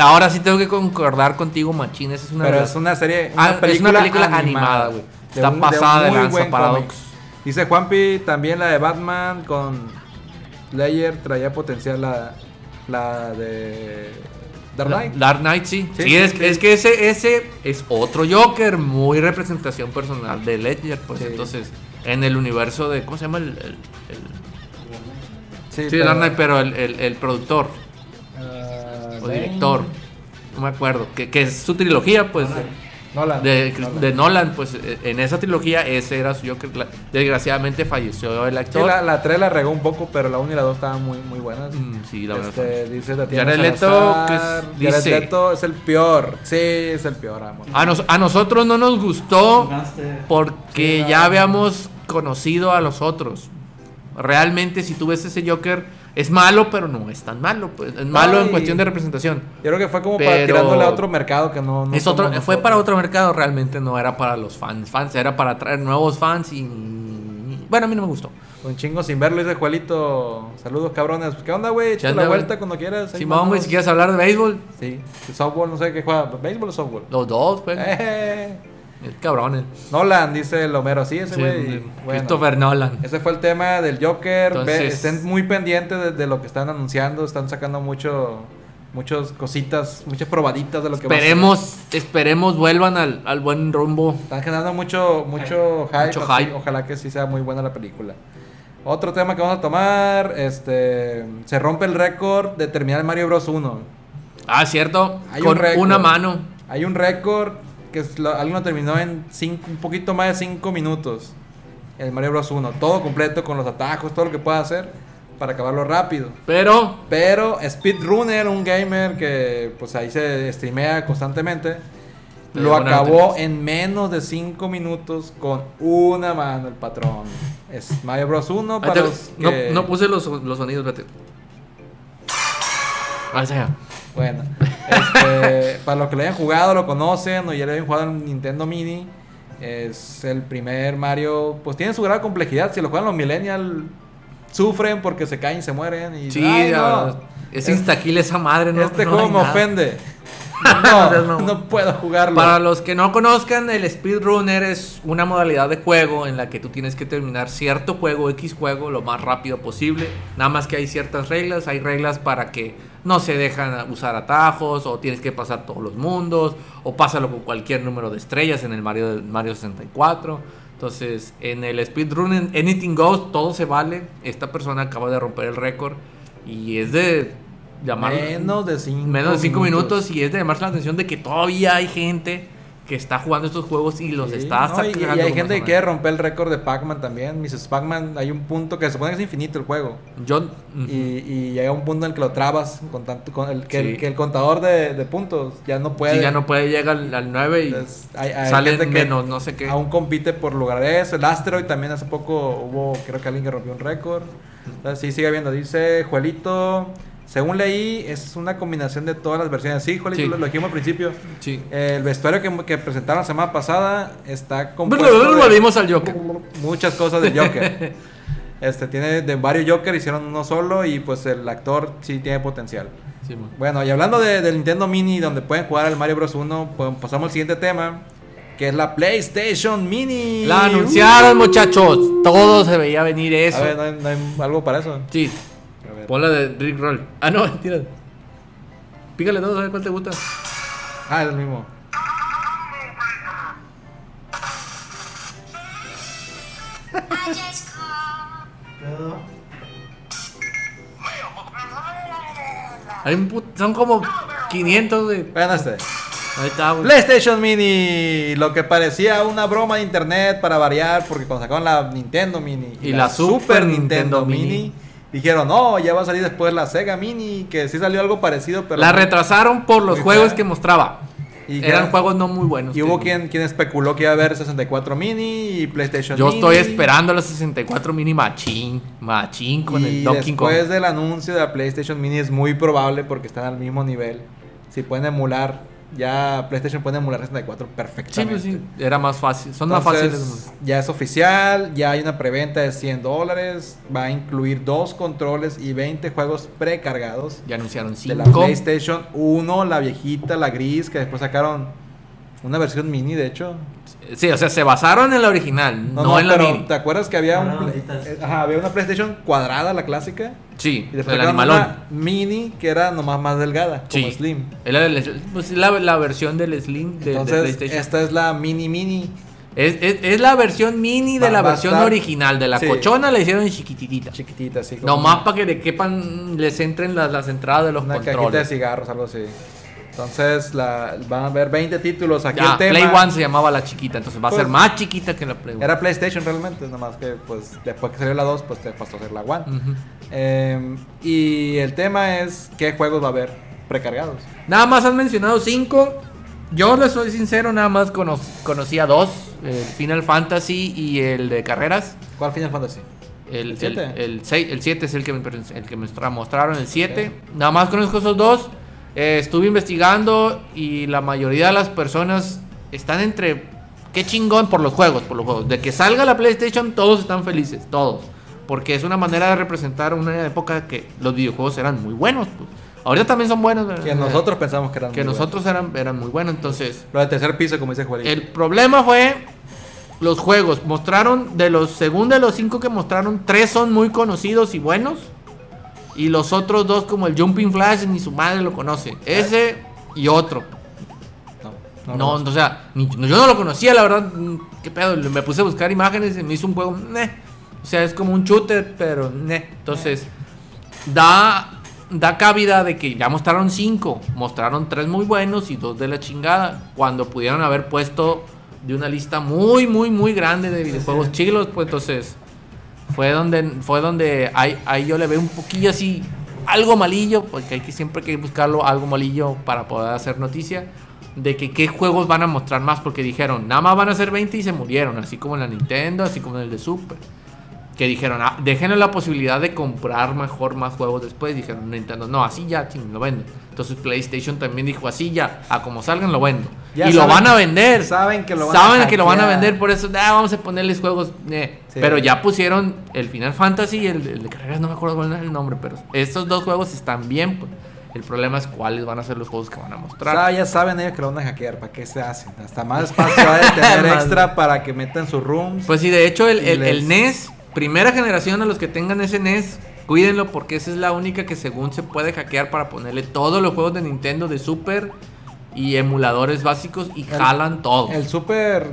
S1: Ahora sí tengo que concordar contigo, Machín. Esa es una.
S2: Pero
S1: de
S2: es
S1: las-
S2: una serie,
S1: Ah, es una película animada, güey.
S2: De
S1: Está
S2: un- de
S1: pasada
S2: un
S1: de
S2: muy
S1: lanza,
S2: buen
S1: Paradox.
S2: cómic. Dice Juanpi, también la de Batman con Ledger traía potencial la, la de Dark
S1: La-
S2: Knight.
S1: Dark Knight, sí.
S2: Sí,
S1: Sí,
S2: sí,
S1: es,
S2: sí.
S1: es que ese, ese es otro Joker, muy representación personal de Ledger. Pues
S2: Sí.
S1: entonces, en el universo de. ¿Cómo se llama? El, el- el- sí,
S2: pero-
S1: Dark Knight, pero el, el- el productor
S2: Ah,
S1: o
S2: Bane.
S1: director. No me acuerdo. Que, que es su trilogía, pues. de-
S2: Nolan.
S1: de,
S2: Nolan.
S1: de Nolan, pues eh, en esa trilogía ese era su Joker. La- Desgraciadamente falleció el
S2: Sí,
S1: actor.
S2: la, la 3 la regó un poco, pero la 1 y la 2 estaban muy, muy buenas.
S1: Mm, sí, la
S2: Este,
S1: verdad.
S2: dice Tatiana
S1: Jared Leto,
S2: Salazar.
S1: que es-
S2: Jared
S1: dice- Ah.
S2: Leto es el peor. Sí, es el peor, amo.
S1: A, nos- a nosotros no nos gustó
S3: Gangster.
S1: porque
S2: Sí,
S1: ya
S2: la-
S1: habíamos conocido a los otros. Realmente si tú ves ese Joker es malo, pero no es tan malo. pues, es malo
S2: Ay.
S1: en cuestión de representación.
S2: Yo creo que fue como para
S1: Pero-
S2: tirándole a otro mercado que no, no
S1: Es otro,
S2: somos
S1: fue
S2: nosotros.
S1: para otro mercado, realmente no era para los fans. fans era para traer nuevos fans y... Bueno, a mí no me gustó.
S2: Un chingo sin verlo, dice Juelito. Saludos, cabrones. ¿Qué onda, güey? Echa
S1: ¿Qué
S2: la
S1: onda, güey?
S2: vuelta cuando quieras. ahí
S1: Simón, güey,
S2: vamos.
S1: si quieres hablar de béisbol,
S2: Sí. El softball, no sé qué juega. ¿Béisbol o softball?
S1: los dos, pues.
S2: Eh.
S1: Cabrones.
S2: Nolan, dice el Homero. Sí, ese
S1: Sí,
S2: güey.
S1: de-
S2: Bueno,
S1: Christopher Nolan.
S2: Ese fue el tema del Joker. Ve-
S1: Entonces-
S2: estén muy pendientes de, de lo que están anunciando. Están sacando mucho, muchas cositas, muchas probaditas de lo que va a ser.
S1: Esperemos, esperemos vuelvan al, al buen rumbo.
S2: Están generando mucho, mucho hype.
S1: Mucho
S2: así,
S1: hype.
S2: Ojalá que sí sea muy buena la película. Otro tema que vamos a tomar, este, se rompe el récord de terminar el Mario Bros 1.
S1: Ah, cierto.
S2: Hay un
S1: con
S2: récord.
S1: una mano.
S2: Hay un récord que es lo- alguien lo terminó en cinco, un poquito más de 5 minutos. El Mario Bros 1, todo completo con los atajos, todo lo que pueda hacer para acabarlo rápido.
S1: Pero
S2: Pero Speedrunner, un gamer que pues ahí se streamea constantemente,
S1: Te
S2: lo
S1: llevo una
S2: acabó
S1: noticia.
S2: en menos de 5 minutos con una mano el patrón. Es Mario Bros 1 para
S1: ahí te-
S2: los
S1: no,
S2: que-
S1: no puse los, los sonidos, espérate. Ah, sí, ya.
S2: Bueno,
S1: *laughs*
S2: este, para los que lo hayan jugado, lo conocen o ya lo hayan jugado en Nintendo Mini, es el primer Mario. Pues tiene su gran complejidad. Si lo juegan los Millennial, sufren porque se caen, se mueren. Y,
S1: Sí,
S2: ¡Ay,
S1: la
S2: no!
S1: verdad. Es
S2: Es-
S1: instaquil esa madre, ¿no?
S2: este
S1: no
S2: juego
S1: hay
S2: me
S1: nada. *laughs*
S2: ofende.
S1: No
S2: No,
S1: seas
S2: no,
S1: mamón.
S2: puedo jugarlo.
S1: Para los que no conozcan, el speedrunner es una modalidad de juego en la que tú tienes que terminar cierto juego, X juego, lo más rápido posible. Nada más que hay ciertas reglas, hay reglas para que no se dejan usar atajos, o tienes que pasar todos los mundos, o pásalo con cualquier número de estrellas en el Mario, Mario 64. Entonces, en el speedrun en Anything Goes, todo se vale. Esta persona acaba de romper el récord y es de llamar
S2: Menos de 5
S1: menos de 5 minutos. y es de llamarse la atención de que todavía hay gente que está jugando estos juegos y los
S2: Sí,
S1: está
S2: no, y- y,
S1: sacando
S2: hay
S1: como
S2: gente que
S1: son.
S2: quiere romper el récord de Pac-Man también. Mrs. Pac-Man, hay un punto que se supone que es infinito el juego.
S1: Yo,
S2: Y, y llega un punto en el que lo trabas con tanto con el que, el,
S1: Sí.
S2: que el contador de, de puntos ya no puede.
S1: si ya no puede llegar al, 9 y
S2: Entonces, hay- hay
S1: salen
S2: gente que
S1: menos, no sé qué.
S2: Aún compite por lograr eso. El Asteroid también hace poco hubo, creo que alguien que rompió un récord. Entonces, sí, sigue viendo. Dice Juelito. Según leí, es una combinación de todas las versiones. Sí, Juelito,
S1: Sí.
S2: lo, lo dijimos al principio.
S1: Sí.
S2: El vestuario que, que presentaron la semana pasada está compuesto
S1: Pero
S2: de-
S1: Pues,
S2: Uh.
S1: volvimos al Joker.
S2: muchas cosas de
S1: *laughs*
S2: Joker. Este tiene de varios Joker, hicieron uno solo y pues el actor sí tiene potencial.
S1: Sí, man.
S2: Bueno, y hablando de- del Nintendo Mini donde pueden jugar al Mario Bros 1, pues pasamos al siguiente tema, que es la PlayStation Mini.
S1: La anunciaron, muchachos. Todo se veía venir
S2: Uh, a
S1: eso.
S2: ver, no hay, no hay algo para eso.
S1: Sí,
S2: A ver.
S1: ponla de Rick Roll. Ah, no, *laughs* mentira. Pícale dos, a ver cuál te gusta.
S2: Ah, es el mismo.
S3: Pero,
S1: Hay un put- Son como 500 de.
S2: Vean este.
S1: Ahí está, güey.
S2: PlayStation Mini, lo que parecía una broma de internet para variar, porque cuando sacaron la Nintendo Mini
S1: Y la Super Nintendo Mini,
S2: dijeron, no, ya va a salir después la Sega Mini, que sí salió algo parecido, pero...
S1: La retrasaron por los
S2: Muy
S1: juegos
S2: fea.
S1: que mostraba.
S2: Y
S1: Eran
S2: ya-
S1: juegos no muy buenos.
S2: Y hubo
S1: sí.
S2: quien, quien especuló que iba a haber 64 Mini y PlayStation
S1: Yo
S2: Mini.
S1: estoy esperando la 64 mini machín. Machín con
S2: y
S1: el Donkey Kong.
S2: después del anuncio de la PlayStation Mini es muy probable porque están al mismo nivel. Si pueden emular, ya PlayStation puede emular 64
S1: Sí,
S2: perfectamente.
S1: pues sí. Era más fácil. Son más
S2: Entonces,
S1: fáciles. güey.
S2: Ya es oficial, ya hay una preventa de 100 dólares, va a incluir dos controles y 20 juegos precargados
S1: Ya anunciaron
S2: de
S1: 5.
S2: la PlayStation 1, la viejita, la gris, que después sacaron una versión mini, de hecho.
S1: Sí, o sea, se basaron en la original, no, en la
S2: pero
S1: mini.
S2: ¿te acuerdas que había,
S3: No,
S2: un
S3: no,
S2: pla-
S3: ahorita es-
S2: eh, ajá, había una PlayStation cuadrada, la clásica?
S1: Sí,
S2: Y
S1: el
S2: después sacaron
S1: animalón.
S2: una mini que era nomás más delgada,
S1: Sí.
S2: como Slim.
S1: Es la, del- pues, es la, la versión del Slim de, de
S2: Entonces,
S1: PlayStation.
S2: esta es la mini mini.
S1: Es, es- es la versión mini de
S2: Va-
S1: la
S2: va a
S1: versión
S2: estar-
S1: original. De la
S2: Sí.
S1: cochona la hicieron chiquititita.
S2: Chiquitita, así como.
S1: Nomás para que le quepan, les entren las, las entradas de los
S2: Una cajita de
S1: controles.
S2: cigarros, algo así. Entonces, la, van a haber 20 títulos. Aquí
S1: Ya,
S2: el tema.
S1: Play One se llamaba la chiquita, entonces va a
S2: Pues-
S1: ser más chiquita que la Play One.
S2: Era PlayStation realmente, nomás que pues después que salió la 2, pues te pasó a ser la One.
S1: Ujú.
S2: Eh, y el tema es qué juegos va a haber precargados.
S1: Nada más han mencionado cinco. Yo les soy sincero, nada más cono- conocía dos: el Final Fantasy y el de carreras.
S2: ¿Cuál Final Fantasy?
S1: El
S2: ¿El
S1: 7
S2: siete?
S1: el, el seis- el siete es el que me, pre- el que me tra- mostraron, el 7.
S2: Ok.
S1: Nada más conozco esos dos. Eh, estuve investigando y la mayoría de las personas están entre... Qué chingón por los juegos, por los juegos. De que salga la PlayStation todos están felices, todos. Porque es una manera de representar una época que los videojuegos eran muy buenos. pues. Ahorita también son buenos. ¿verdad?
S2: Que nosotros pensamos que eran
S1: Ah. Que
S2: muy
S1: nosotros eran, eran muy buenos. Entonces,
S2: buenos. Lo de tercer piso, como dice Juanito.
S1: el problema fue los juegos. Mostraron, de los, según de los cinco que mostraron, tres son muy conocidos y buenos. Y los otros dos, como el Jumping Flash, ni su madre lo conoce. Ese y otro.
S2: No,
S1: No,
S2: lo
S1: o sea, ni- yo no lo conocía, la verdad. mm, ¿Qué pedo? Me puse a buscar imágenes y me hizo un juego. meh. O sea, es como un shooter, pero. meh. Entonces, da, da cabida de que ya mostraron cinco. Mostraron tres muy buenos y dos de la chingada. Cuando pudieron haber puesto de una lista muy, muy, muy grande de videojuegos chilos, pues entonces. Fue donde, fue donde ahí, ahí yo le veo un poquillo así, algo malillo, porque hay que siempre hay que buscarlo algo malillo para poder hacer noticia, de que qué juegos van a mostrar más, porque dijeron, nada más van a ser 20 y se murieron, así como en la Nintendo, así como en el de Super. Que dijeron, ah, déjenos la posibilidad de comprar mejor más juegos después. Dijeron Nintendo, no, así ya, ching, lo vendo. Entonces PlayStation también dijo, así ya, a como salgan lo vendo.
S2: Ya
S1: y lo
S2: saben-
S1: van a vender.
S2: saben que lo van a
S1: Saben que lo van a
S2: hackear.
S1: vender, por eso, "Ah, vamos a ponerles juegos. eh".
S2: Sí.
S1: Pero ya pusieron el Final Fantasy y el, el de carreras, no me acuerdo cuál era el nombre, pero estos dos juegos están bien. pues. El problema es cuáles van a ser los juegos que van a
S2: O sea,
S1: mostrar.
S2: ya saben ellos que lo van a hackear, ¿para qué se hacen? Hasta más espacio va
S1: *laughs*
S2: a tener
S1: Más-
S2: extra para que metan sus rooms.
S1: Pues sí, de hecho, el, el- el
S2: Les-
S1: NES, primera generación a los que tengan ese NES, cuídenlo porque esa es la única que según se puede hackear para ponerle todos los juegos de Nintendo, de Super y emuladores básicos y jalan todo.
S2: El Super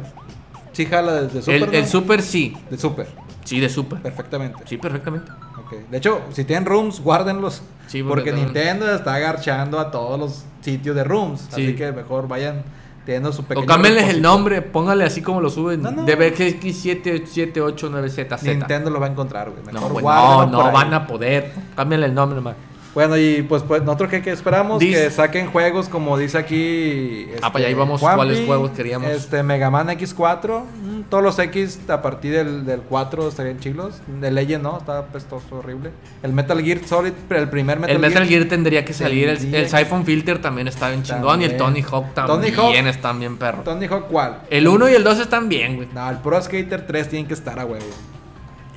S2: Sí jala desde Super.
S1: el, el
S2: ¿no?
S1: super sí.
S2: De Super,
S1: Sí, de super.
S2: perfectamente.
S1: Sí, perfectamente.
S2: Ok. De hecho, si tienen rooms, guárdenlos.
S1: Sí, pues,
S2: porque
S1: porque también-
S2: Nintendo está agarchando a todos los sitios de rooms.
S1: Sí.
S2: Así que mejor vayan teniendo su pequeño.
S1: o cámbienles el
S2: depósito.
S1: nombre, póngale así como lo suben.
S2: No, no.
S1: DBX77897Z.
S2: Nintendo lo va a encontrar, güey.
S1: No,
S2: Mejor
S1: güey, no,
S2: guárdenlo por
S1: no
S2: ahí.
S1: van a poder. Cámbiale el nombre nomás.
S2: Bueno, y pues, pues nosotros qué, qué esperamos
S1: Dice-
S2: que saquen juegos como dice aquí. este,
S1: Ah, pues ahí vamos,
S2: Juanpi,
S1: cuáles juegos queríamos.
S2: Este, Mega Man X4. mm, Todos los X a partir del, del 4 estarían chilos. De Legend, ¿no? Está pestoso, horrible. El Metal Gear Solid, pero el primer Metal,
S1: el Metal Gear, tendría que salir. El,
S2: Tendría
S1: el
S2: que-
S1: Siphon Filter también está bien chingón. Y el Tony
S2: También.
S1: Hawk
S2: Tony
S1: también
S2: Hawk.
S1: están bien perros.
S2: Tony Hawk, ¿cuál?
S1: El 1 y el 2 están bien, güey.
S2: No, el Pro Skater 3 tiene que estar a huevo.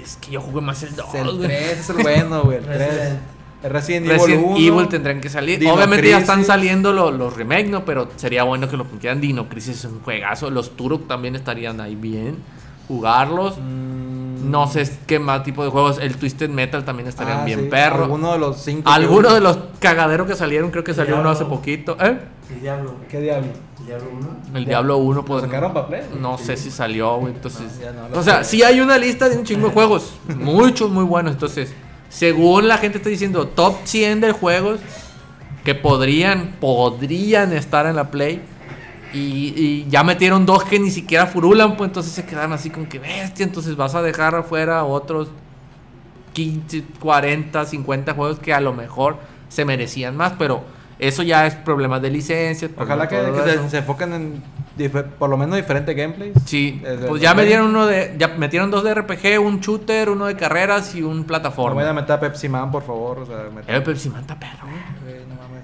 S1: Es que yo jugué más el 2.
S2: Es El 3 es el bueno, *laughs* güey. El 3.
S3: Resident.
S2: El Resident,
S1: Oh, Resident
S2: Evil 1.
S1: Evil tendrán que salir.
S2: Dino
S1: Obviamente ya están
S2: Crisis.
S1: saliendo lo- los remakes, ¿no? Pero sería bueno que los pusieran. Dino Crisis es un juegazo. Los Turok también estarían ahí bien. Jugarlos.
S2: Mm,
S1: No sé qué más tipo de juegos. El Twisted Metal también estarían
S2: ah,
S1: bien
S2: sí.
S1: perro. Algunos
S2: Alguno de los 5.
S1: de los cagaderos que salieron, creo que salió uno hace
S3: Diablo.
S1: poquito. ¿Eh?
S3: ¿Qué diablo? güey?
S2: ¿Qué diablo?
S3: ¿El diablo 1?
S1: El Diablo 1, pues.
S2: ¿Lo sacaron para Play?
S1: No sé si salió, güey. Entonces.
S2: No, ya no lo
S1: o sea,
S2: sé.
S1: sí hay una lista de un chingo de juegos. Muchos muy buenos. Entonces, según la gente está diciendo, top 100 de juegos que podrían, podrían estar en la Play. Y, y ya metieron dos que ni siquiera furulan, pues entonces se quedan así con que bestia. Entonces vas a dejar afuera otros 15, 40, 50 juegos que a lo mejor se merecían más, pero eso ya es problema de licencias.
S2: Ojalá que,
S1: problema
S2: que
S1: de todo eso.
S2: se, se enfoquen en dife- por lo menos diferentes gameplays. Eh,
S1: Sí,
S2: Desde el
S1: pues ya
S2: papel.
S1: metieron uno de, ya metieron dos de RPG, un shooter, uno de carreras y un
S2: No vayan a
S1: plataforma.
S2: meter a Pepsi Man, por favor. O sea, metan-
S1: Eh, Pepsi Man está perro, güey.
S2: Güey, no mames.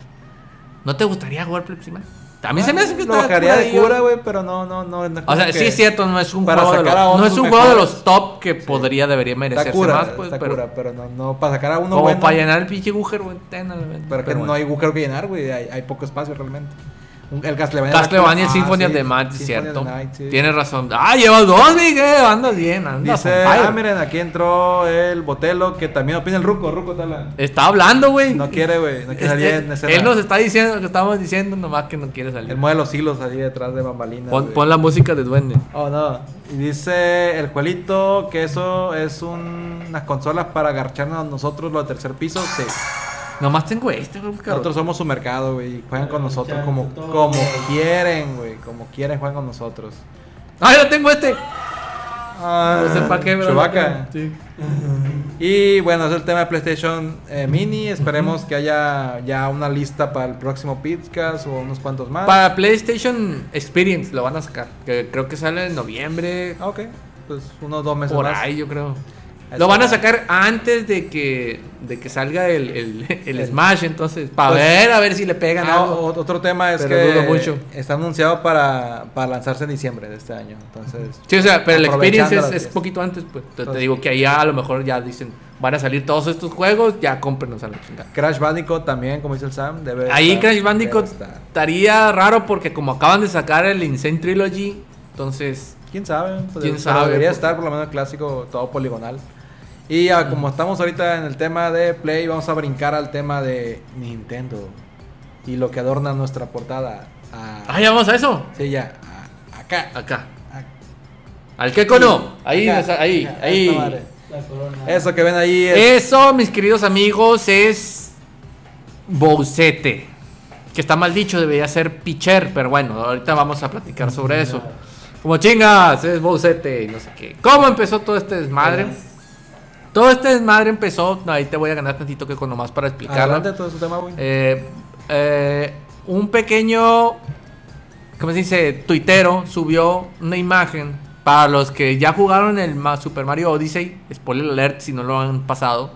S1: ¿No te gustaría jugar Pepsi Man? También se me hace que
S2: Ah, Lo
S1: está
S2: bajaría de
S1: curadillo.
S2: cura, güey, pero no, no, no. no
S1: O sea,
S2: como
S1: sí
S2: que
S1: es cierto, no es un
S2: para
S1: juego de
S2: sacar
S1: los,
S2: a
S1: no
S2: otros
S1: es un juego de
S2: mejores.
S1: los top que podría debería
S2: Está
S1: merecerse
S2: cura,
S1: más, pues,
S2: está
S1: pero
S2: cura, pero no, no, para sacar a uno
S1: como
S2: bueno.
S1: para llenar el pinche agujero, güey, ten a la verga.
S2: Pero que
S1: Pero
S2: no
S1: bueno.
S2: hay agujero que llenar, güey. Hay, hay poco espacio realmente. Un- El Castlevania.
S1: Castlevania
S2: Ah,
S1: Symphony of
S2: sí,
S1: the Night,
S2: Symphony
S1: es
S2: of
S1: cierto.
S2: the Night, sí.
S1: Tienes razón. Ah, llevas dos, Miguel, andas bien, andas
S2: Dice,
S1: on fire.
S2: ah, miren, aquí entró el Botelo, que también opina el Ruco. Ruco, tala.
S1: Está hablando, güey.
S2: No quiere, güey. No quiere
S1: Este,
S2: salir en escena.
S1: él nos está diciendo lo que estamos diciendo, nomás que no quiere salir.
S2: Él mueve los hilos ahí detrás de bambalinas.
S1: Pon,
S2: güey.
S1: pon la música de duende.
S2: Oh, no. Y dice el Juelito que eso es un- unas consolas para agarcharnos nosotros los de tercer piso. Sí.
S1: Nomás tengo este, güey, cabrón.
S2: Nosotros somos su mercado, güey. y Juegan con nosotros como,
S3: Todo.
S2: como quieren, güey. Como quieren, juegan con nosotros.
S1: ¡Ah, yo tengo este!
S2: Ah,
S1: No sé para qué, pero-
S2: Chewbacca.
S1: Sí.
S2: Y bueno, es el tema de PlayStation eh, Mini. Esperemos que haya ya una lista para el próximo podcast o unos cuantos más.
S1: Para PlayStation Experience lo van a sacar. Que creo que sale en noviembre.
S2: Ah, ok. Pues unos dos meses
S1: Por
S2: más.
S1: ahí, yo creo.
S2: Ahí
S1: Lo van a
S2: está.
S1: sacar antes de que, de que salga el, el- *laughs* el
S2: El-
S1: Smash, entonces. Para
S2: Pues-
S1: ver, a ver si le pegan
S2: Ah,
S1: algo.
S2: o- otro tema es
S1: Pero
S2: que
S1: dudo mucho.
S2: está anunciado para, para lanzarse en diciembre de este año. Entonces,
S1: Sí, o sea, pero el experience
S2: Aprovechando
S1: es,
S2: las
S1: es
S2: fiestas.
S1: poquito antes, pues. Te- Te
S2: Entonces-
S1: digo que ahí ya a lo mejor ya dicen, van a salir todos estos juegos, ya cómprenos a la chingada.
S2: Crash Bandicoot también, como dice el Sam, debe.
S1: Ahí
S2: estar-
S1: Crash Bandicoot
S2: debe estar.
S1: estaría raro porque como acaban de sacar el Insane Trilogy, entonces
S2: ¿Quién sabe? Pues,
S1: ¿Quién
S2: pero
S1: sabe?
S2: Debería
S1: Porque-
S2: estar por lo menos el clásico todo poligonal. Y ah, como estamos ahorita en el tema de Play, vamos a brincar al tema de Nintendo y lo que adorna nuestra portada. Ah,
S1: Ah, ya vamos a eso.
S2: sí, ya. Ah, acá.
S1: Acá.
S2: Ah,
S1: Al que cono. Ahí,
S2: acá,
S1: esa- ahí,
S2: acá, esta
S1: ahí. Eh.
S2: madre.
S3: La corona.
S2: Eso que ven ahí es.
S1: Eso, mis queridos amigos, es Boucete. Que está mal dicho, debería ser Picher, pero bueno, ahorita vamos a platicar sobre eso. Como chingas, es Boucete y no sé qué. ¿Cómo empezó todo este desmadre? Todo este desmadre empezó, no, ahí te voy a ganar tantito que con nomás para explicarlo.
S2: Adelante todo su tema, güey.
S1: Eh, eh, un pequeño, ¿cómo se dice? Tuitero subió una imagen para los que ya jugaron el Ma- Super Mario Odyssey. Spoiler alert si no lo han pasado.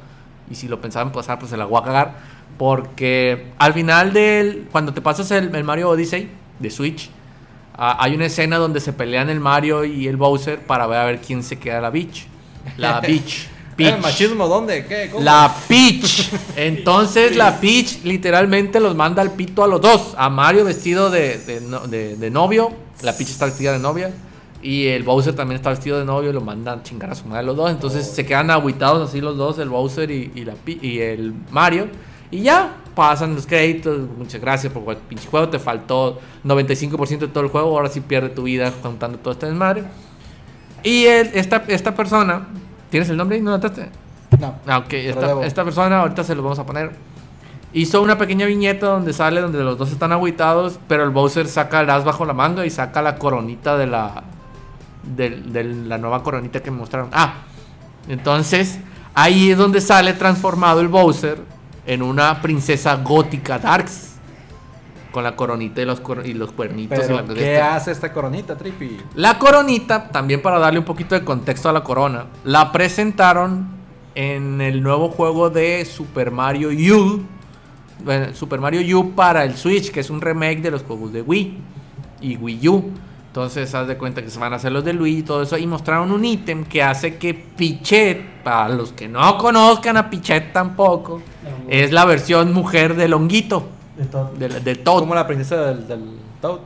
S1: Y si lo pensaban pasar, pues se la voy a cagar. Porque al final del. Cuando te pasas el, el Mario Odyssey de Switch, ah, hay una escena donde se pelean el Mario y el Bowser para ver a ver quién se queda la Beach.
S2: *laughs*
S1: La Beach.
S2: Eh, ¿Machismo dónde? ¿Qué? ¿Cómo?
S1: La Peach. Entonces la Peach literalmente los manda al pito a los dos. A Mario vestido de, de no- de- de novio. La Peach está vestida de novia. Y el Bowser también está vestido de novio. Lo mandan a chingar a su madre los dos. Entonces se quedan aguitados así los dos. El Bowser y, y la, Pe- y el Mario. Y ya pasan los créditos. Muchas gracias por jugar el pinche juego. Te faltó 95% de todo el juego. Ahora sí pierde tu vida contando todo este desmadre. Y él, esta, esta persona, ¿tienes el nombre? ahí? ¿No lo anotaste?
S2: No.
S1: Ah, ok,
S2: debo.
S1: esta, esta persona, ahorita se lo vamos a poner. Hizo una pequeña viñeta donde sale, donde los dos están agüitados, pero el Bowser saca el as bajo la manga y saca la coronita de la. del- de la nueva coronita que me mostraron. Ah, entonces ahí es donde sale transformado el Bowser en una princesa gótica Darks. Con la coronita y los, cor- y los cuernitos y la este
S2: Pero, ¿qué
S1: bestia.
S2: hace esta coronita, Trippy?
S1: La coronita, también para darle un poquito de contexto a la corona, la presentaron en el nuevo juego de Super Mario U. bueno, Super Mario U para el Switch, que es un remake de los juegos de Wii y Wii U. Entonces, haz de cuenta que se van a hacer los de Luigi y todo eso. Y mostraron un ítem que hace que Pichet, para los que no conozcan a Pichet tampoco, es la versión mujer del honguito,
S3: De todo.
S1: de, de Toad.
S2: Como la princesa del, del Toad.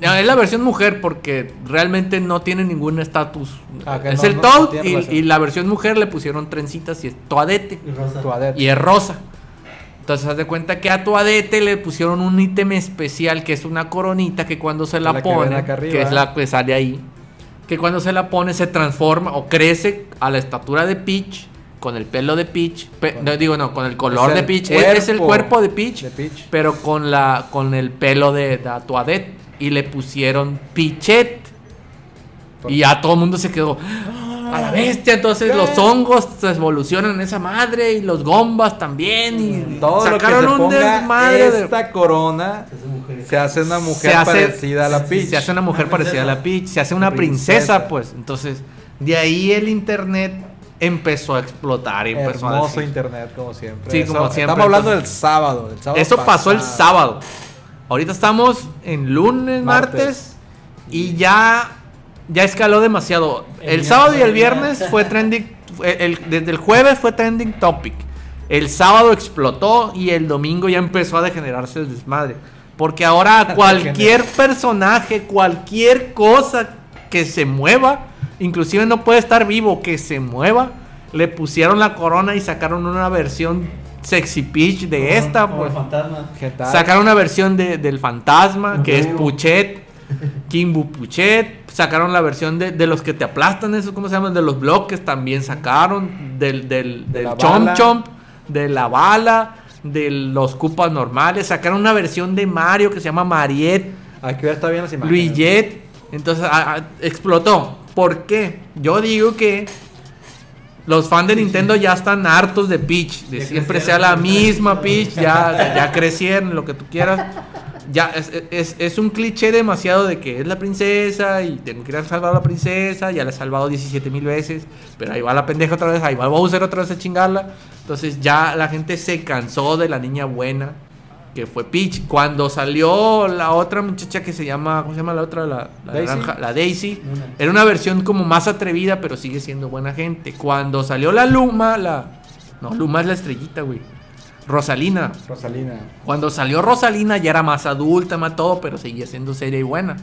S1: No, es la versión mujer porque realmente no tiene ningún estatus.
S2: Ah, que
S1: es
S2: no-
S1: el
S2: no-
S1: Toad
S2: no tiene
S1: y,
S2: relación.
S1: y la versión mujer le pusieron trencitas y es Toadete.
S3: Y Rosa.
S2: Toadette.
S1: Y es rosa. Entonces haz de cuenta que a Toadete le pusieron un ítem especial que es una coronita que cuando se la,
S2: La que ven
S1: pone,
S2: acá arriba.
S1: que es la que sale ahí, que cuando se la pone se transforma o crece a la estatura de Peach, con el pelo de Peach, pe-
S2: Con-
S1: no digo no, con el color
S2: Es
S1: de
S2: el
S1: Peach, es, es el
S2: cuerpo
S1: cuerpo de Peach,
S2: de Peach.
S1: pero con la con el pelo de, de Toadette y le pusieron Pichet. Y ya todo el mundo se quedó a la bestia. Entonces
S2: ¿Qué?
S1: los hongos se evolucionan en esa madre y los gombas también. Y
S2: Mm, Todo lo que se
S1: sacaron un
S2: ponga
S1: desmadre de-
S2: esta corona
S3: Es mujer.
S2: se hace una mujer
S1: se hace-
S2: parecida a la Peach.
S1: Se hace una mujer
S3: Una
S1: parecida a la
S3: princesa.
S1: Peach. Se hace una princesa,
S2: Princesa.
S1: pues. Entonces, de ahí el internet empezó a explotar y empezó a
S2: Hermoso
S1: decir.
S2: internet, como siempre.
S1: pues, Sí, como siempre,
S2: Estamos hablando
S1: entonces-
S2: del sábado. del sábado
S1: Eso pasó el
S2: pasado.
S1: sábado. Ahorita estamos en lunes, martes,
S2: Martes.
S1: y ya ya escaló demasiado.
S3: El
S1: El
S3: viernes.
S1: sábado y el viernes fue trending fue el- desde el jueves fue trending topic. El sábado explotó y el domingo ya empezó a degenerarse el desmadre, porque ahora cualquier personaje, cualquier cosa que se mueva, inclusive no puede estar vivo, que se mueva, le pusieron la corona y sacaron una versión sexy peach de esta,
S3: Como
S1: pues.
S3: el fantasma.
S2: ¿Qué tal?
S1: Sacaron una versión de- del fantasma, que es
S3: Ujú.
S1: Puchet, Kimbu Puchet. Sacaron la versión de, de los que te aplastan, esos, ¿cómo se llaman? De los bloques también sacaron. Del, del,
S2: De
S1: del
S2: la
S1: Chomp
S2: bala.
S1: Chomp, de la bala, de los cupas normales. Sacaron una versión de Mario que se llama Mariette.
S2: Aquí ya está bien las imágenes.
S1: Luiget. Entonces a- a- explotó. ¿Por qué? Yo digo que los fans de Nintendo ya están hartos de Peach. De
S3: Ya
S1: siempre sea
S3: crecieron.
S1: la misma Peach. Ya, ya crecieron, lo que tú quieras. Ya es, es- es un cliché demasiado de que es la princesa y tengo que ir a salvar a la princesa. Ya la he salvado 17 mil veces. Pero ahí va la pendeja otra vez. Ahí va Bowser otra vez a chingarla. Entonces ya la gente se cansó de la niña buena que fue Peach. Cuando salió la otra muchacha que se llama, ¿cómo se llama la otra? La, la
S2: Daisy.
S1: naranja, la Daisy.
S3: Luna.
S1: Era una versión como más atrevida, pero sigue siendo buena gente. Cuando salió la Luma, la. No, Luma es la estrellita, güey. Rosalina.
S2: Rosalina.
S1: Cuando salió Rosalina ya era más adulta, más todo, pero seguía siendo seria y buena.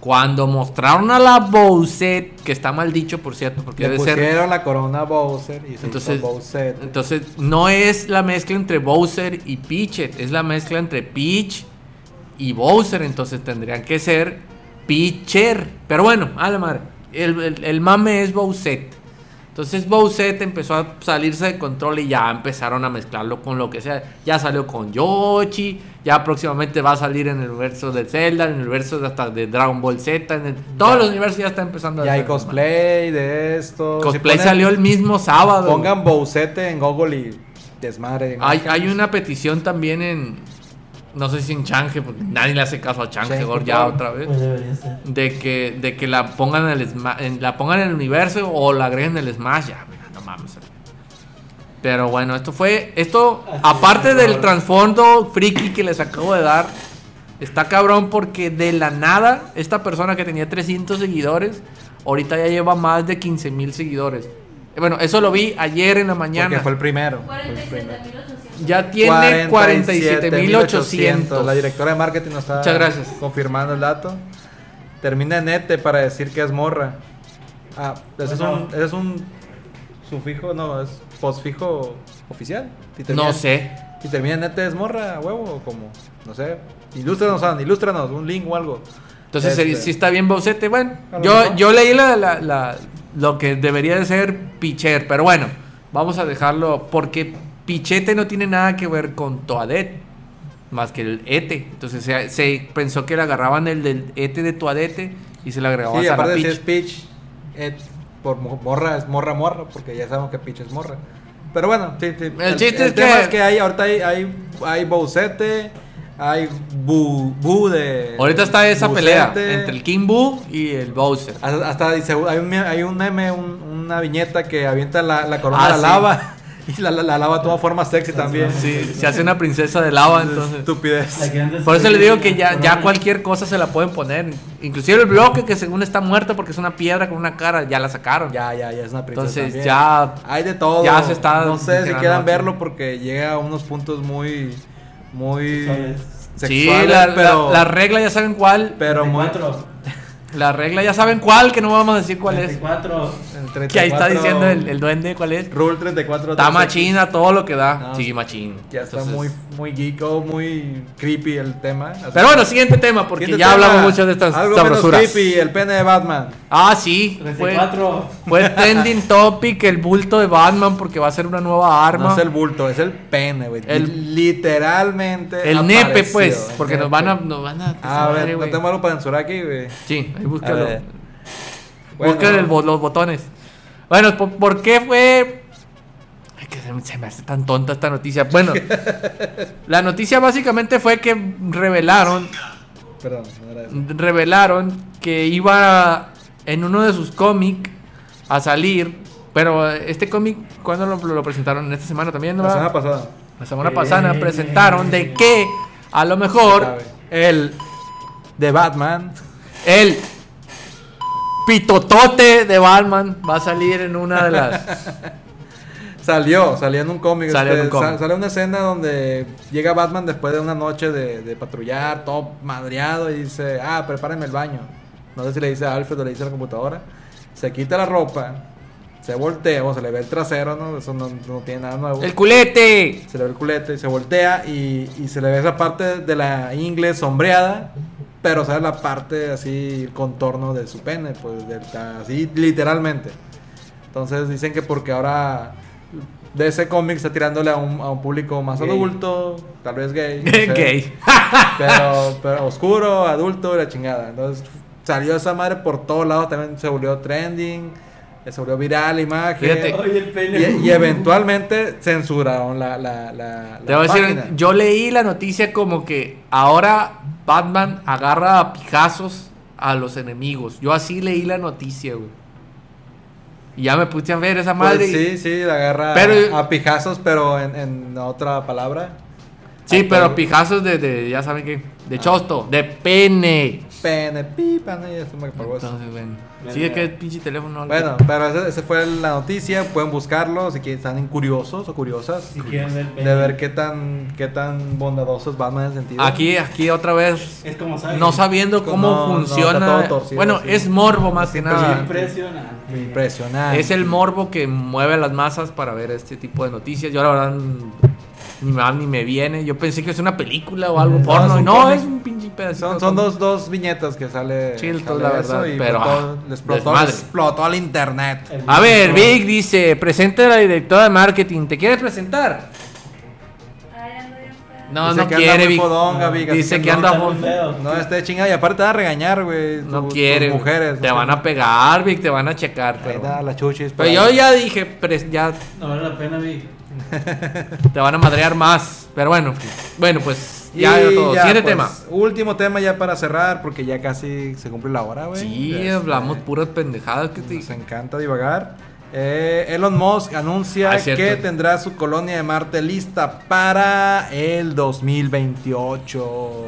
S1: Cuando mostraron a la Bowset, que está mal dicho, por cierto, porque
S2: Le
S1: debe ser.
S2: pusieron la corona a Bowser y se
S1: Entonces,
S2: hizo Bowser.
S1: entonces, no es la mezcla entre Bowser y Peach, es la mezcla entre Peach y Bowser. Entonces tendrían que ser Pitcher. Pero bueno, a la madre. El, el- el mame es Bowser. Entonces Bowser empezó a salirse de control y ya empezaron a mezclarlo con lo que sea. Ya salió con Yoshi, ya próximamente va a salir en el universo de Zelda, en el universo de hasta de Dragon Ball Z, en el- todos los universos ya está empezando
S2: Ya hay
S1: hacer-
S2: cosplay de esto. Si
S1: Cosplay
S2: ponen-
S1: salió el mismo sábado.
S2: Pongan Bowsete en Google y desmadre.
S1: Hay, hay una petición también en. No sé si en Change, porque nadie le hace caso a Change,
S2: Change,
S1: Gord,
S2: por
S1: ya
S2: favor.
S1: otra vez.
S3: Pues debería ser.
S1: De que, de que la pongan en el Sma- en- la pongan en el universo o la agreguen en el Smash. Ya, mira, no mames. Pero bueno, esto fue. Esto,
S3: Así es,
S1: aparte del
S3: cabrón.
S1: trasfondo friki que les acabo de dar, está cabrón porque de la nada, esta persona que tenía 300 seguidores, ahorita ya lleva más de 15 mil seguidores. Eh, Bueno, eso lo vi ayer en la mañana.
S2: Porque fue el primero. Fue el primero.
S4: 47.800.
S1: Ya tiene 47.800.
S2: La directora de marketing nos está
S1: Muchas gracias.
S2: confirmando el dato. Termina en ete para decir que es morra. Ah, ese es un, ese es un sufijo, no, es postfijo oficial. Si termina-
S1: No sé.
S2: Si termina en ete es morra, a huevo, o como, no sé. Ilústranos, Adam, ilústranos, un link o algo.
S1: Entonces,
S2: Este,
S1: si está bien Bowsete, bueno.
S2: A lo
S1: Yo,
S2: mejor.
S1: yo leí la, la, la- lo que debería de ser Picher. Pero bueno, vamos a dejarlo porque Pichete no tiene nada que ver con Toadet. Más que el Ete. Entonces se, se pensó que le agarraban el del Ete de Toadete y se le agregaban
S2: Sí,
S1: a la
S2: aparte si
S1: Pitch.
S2: es pitch, es por mo- morra es morra morra, porque ya sabemos que pitch es morra. Pero bueno, sí, sí. El,
S1: chiste
S2: el
S1: es
S2: tema
S1: que-
S2: es que hay, ahorita hay, hay, hay Boucete, hay bu, bu de...
S1: Ahorita está esa pelea
S2: Boucete.
S1: entre el King Boo y el Bowser.
S2: Hasta, hasta dice, hay, un, hay un meme, un- una viñeta que avienta la, la corona
S1: Ah,
S2: a la
S1: sí.
S2: lava *laughs* y la, la- la lava toma forma sexy también.
S1: Sí, se hace una princesa de lava entonces.
S2: Estupidez.
S1: Por eso le digo que ya, ya cualquier cosa se la pueden poner. Inclusive el bloque que según está muerto porque es una piedra con una cara, ya la sacaron.
S2: Ya, ya, ya es una princesa. también.
S1: Entonces ya...
S2: Hay de todo.
S1: Ya se está
S2: No sé si
S1: generando
S2: quieran
S1: aquí.
S2: verlo porque llega a unos puntos muy. Muy.
S3: Sexuales.
S2: sexuales,
S1: sí, la, la-
S2: pero.
S1: la regla ya saben cuál.
S2: pero muy.
S3: 4.
S1: La regla ya saben cuál, que no vamos a decir cuál es.
S3: 4.
S2: el 34,
S1: Que ahí está diciendo el, el duende cuál es.
S2: Rule 34.
S1: Está
S2: 13.
S1: machina, todo lo que da.
S2: No,
S1: Sí, machín.
S2: Ya está
S1: Entonces-
S2: muy, muy geeko, muy creepy el tema. Así-
S1: Pero bueno, siguiente tema, porque
S2: Siguiente
S1: ya
S2: tema,
S1: hablamos mucho de estas
S2: Algo
S1: sabrosuras.
S2: menos creepy, el pene de Batman.
S1: Ah, sí. Fue,
S3: 34.
S1: fue trending topic el bulto de Batman porque va a ser una nueva arma.
S2: No es el bulto, es el pene, güey.
S1: El-
S2: Literalmente.
S1: El nepe,
S2: apareció,
S1: pues,
S2: el
S1: porque
S2: nepe.
S1: nos van a. Nos van a
S2: A
S1: madre,
S2: ver, no
S1: güey.
S2: tengo algo para censurar aquí, güey.
S1: Sí, ahí
S2: A
S1: búscalo.
S2: ver.
S1: Busca
S2: Eh, Bueno.
S1: el bo- los botones. Bueno, ¿por, por qué fue.? Ay, que se, me- se me hace tan tonta esta noticia.
S2: *laughs*
S1: Bueno, la noticia básicamente fue que revelaron.
S2: Perdón, no era eso.
S1: Revelaron que iba en uno de sus cómics a salir. Pero eh, este cómic, ¿cuándo lo, lo presentaron? ¿Esta semana también? no?
S2: La
S1: verdad?
S2: semana pasada.
S1: La semana pasada
S3: Eh.
S1: presentaron de que a lo mejor el,
S2: De Batman.
S1: el pitotote de Batman va a salir en una
S2: *laughs*
S1: de las...
S2: Salió, salió en un cómic.
S1: Salió en un cómic.
S2: sa- sale una escena donde llega Batman después de una noche de, de patrullar, todo madreado, y dice, ah, prepárenme el baño. No sé si le dice a Alfred o le dice a la computadora. Se quita la ropa, se voltea, o se le ve el trasero, ¿no? Eso no, no tiene nada nuevo.
S1: ¡El
S2: *laughs*
S1: culete!
S2: se le ve el culete y se voltea y, y se le ve esa parte de la ingle sombreada, pero sale la parte así, el contorno de su pene, pues del- así literalmente. Entonces dicen que porque ahora de ese cómic está tirándole a un, a un público más
S3: Gay.
S2: adulto, tal vez gay. no sé,
S1: *laughs* Gay.
S2: Pero, pero oscuro, adulto y la chingada. Entonces salió esa madre por todos lados, también se volvió trending, eh, se volvió viral la imagen.
S1: Fíjate,
S3: Oye, el pene.
S1: *laughs*
S2: Y, y eventualmente censuraron la, la, la, la
S1: Te voy a decir,
S2: página.
S1: yo leí la noticia como que ahora Batman agarra a pijazos a los enemigos. Yo así leí la noticia, güey. Y ya me puse a ver esa
S2: Pues
S1: madre. y-
S2: sí, sí, la agarra
S1: Pero-
S2: a pijazos, pero en, en otra palabra.
S1: Sí,
S2: Ay,
S1: pero
S2: cabrón.
S1: pijazos de, de- ya saben qué, de
S2: Ah.
S1: chosto, de pene.
S2: Pene, pipa, no, ya se me acabó eso.
S1: Entonces, bueno.
S3: Bien,
S1: Sí, es
S3: bien.
S1: que el pinche teléfono. no-
S2: Bueno, pero esa, esa fue la noticia. Pueden buscarlo si quieren, están curiosos o curiosas
S3: Si quieren ver el pene.
S2: de ver qué tan, qué tan bondadoso es Batman en ese sentido.
S1: Aquí, aquí otra vez,
S3: Es como saben.
S1: no sabiendo
S2: No,
S1: cómo
S2: no, está
S1: funciona.
S2: todo torcido,
S1: bueno,
S2: sí.
S1: es morbo más que
S2: impresionante.
S1: nada.
S3: Impresionante.
S2: Impresionante.
S1: Es el morbo que mueve a las masas para ver este tipo de noticias. Yo la verdad mm, ni me va ni me viene. Yo pensé que es una película o algo
S2: No,
S1: porno.
S2: es un
S1: no,
S2: cómic.
S1: es un pinche pedacito.
S2: Son,
S1: de
S2: son
S1: cómic.
S2: dos, dos viñetas que sale.
S1: Sí, el-
S2: sale
S1: la
S2: eso
S1: verdad,
S2: y
S1: pero,
S2: explotó-
S1: ah,
S2: le explotó,
S1: desmadre.
S2: explotó el internet.
S3: El
S1: A ver,
S3: mismo.
S1: Vic dice, presente a la directora de marketing. ¿Te quieres presentar?
S4: Ay, ando bien fea.
S1: No,
S2: Dice
S1: no
S2: que anda
S1: quiere,
S2: muy
S1: Vic.
S2: fodonga, Vic, así
S1: Dice
S2: que
S1: que
S2: no,
S1: anda
S3: está muy
S1: fo-
S3: feo.
S2: No, este chingada, y aparte te va a regañar, güey.
S1: No
S2: tus-
S1: quiere.
S2: tus
S1: güey.
S2: mujeres.
S1: te van a pegar, Vic, te van a checar.
S2: Ahí
S1: Pero,
S2: está, las chuchis.
S1: pero yo ya dije, pres- ya
S3: No vale la pena, vi.
S1: te van a madrear más. Pero bueno, bueno, pues
S2: Y
S1: ya, era todo.
S2: ya,
S1: Siguiente
S2: pues,
S1: tema.
S2: Último tema ya para cerrar, porque ya casi se cumple la hora, güey.
S1: Sí,
S2: Este,
S1: hablamos puras pendejadas que te
S2: Nos encanta divagar. Eh, Elon Musk anuncia
S1: Ah, es cierto.
S2: que tendrá su colonia de Marte lista para el 2028.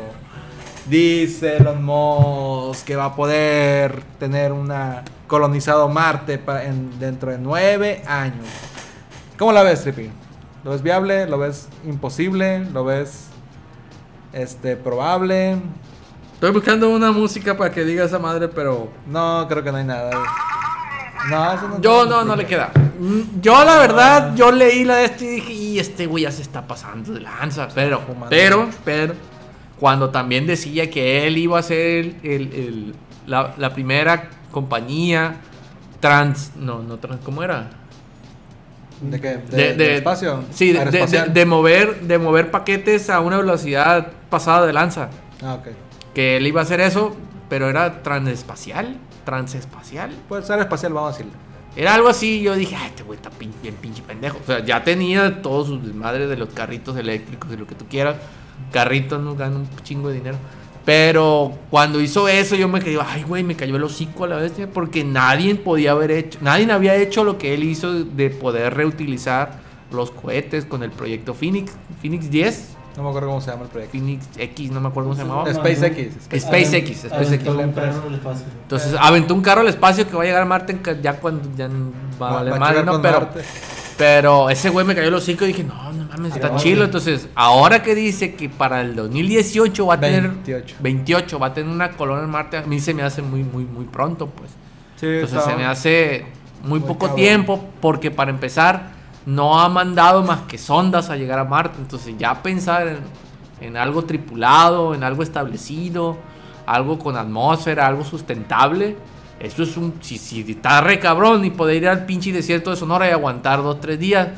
S2: Dice Elon Musk que va a poder tener una colonizado Marte pa- en- dentro de nueve años. ¿Cómo la ves, Trippy? ¿Lo ves viable? ¿Lo ves imposible? ¿Lo ves este probable?
S1: Estoy buscando una música para que diga esa madre, pero
S2: No, creo que no hay nada. No, eso no
S1: yo no, no le queda. Mm, Yo la verdad, yo leí la de este y dije, y este güey ya se está pasando de lanza, pero,
S2: fumando
S1: pero,
S2: mucho.
S1: pero, cuando también decía que él iba a ser el- el- el- la, la primera compañía Trans. No, no trans. ¿Cómo era?
S2: ¿De qué? ¿De,
S1: De- de-
S2: del espacio?
S1: Sí, de, de-
S2: Aeroespacial.
S1: de mover, de mover paquetes a una velocidad pasada de lanza.
S2: Ah, ok.
S1: Que él iba a hacer eso, pero era transespacial. Transespacial.
S2: Pues aeroespacial, vamos a decirlo.
S1: Era algo así, yo dije, ah, este güey está pin- bien pinche pendejo. O sea, ya tenía todos sus desmadres de los carritos eléctricos y lo que tú quieras. Carritos no ganan un chingo de dinero. Pero cuando hizo eso, yo me quedé, ay, güey, me cayó el hocico a la bestia. Porque nadie podía haber hecho, nadie había hecho lo que él hizo de poder reutilizar los cohetes con el proyecto Phoenix, Phoenix 10,
S2: No me acuerdo cómo se llama el proyecto.
S1: Phoenix X, no me acuerdo cómo se llamaba.
S2: Es- SpaceX.
S1: SpaceX, SpaceX.
S3: Aventó un perro del espacio.
S1: Entonces aventó un carro al espacio que va a llegar a Marte en ca- ya cuando ya va a valer
S2: a
S1: Ah, madre,
S2: chocar
S1: ¿no?
S2: con
S1: Pero,
S2: Marte.
S1: Pero ese güey me cayó los hocico y dije, no, no mames,
S3: Ah,
S1: está
S3: no,
S1: chilo.
S3: güey.
S1: Entonces, ahora que dice que para el 2018 va a tener...
S2: 28.
S1: 28, va a tener una colonia en Marte, a mí se me hace muy, muy, muy pronto, pues.
S2: Sí,
S1: Entonces
S2: está-
S1: se me hace
S2: Muy
S1: muy, poco
S2: cabrón.
S1: tiempo porque para empezar no ha mandado más que sondas a llegar a Marte. Entonces ya pensar en, en algo tripulado, en algo establecido, algo con atmósfera, algo sustentable. Eso es un... Si, si está re cabrón y poder ir al pinche desierto de Sonora y aguantar dos, tres días.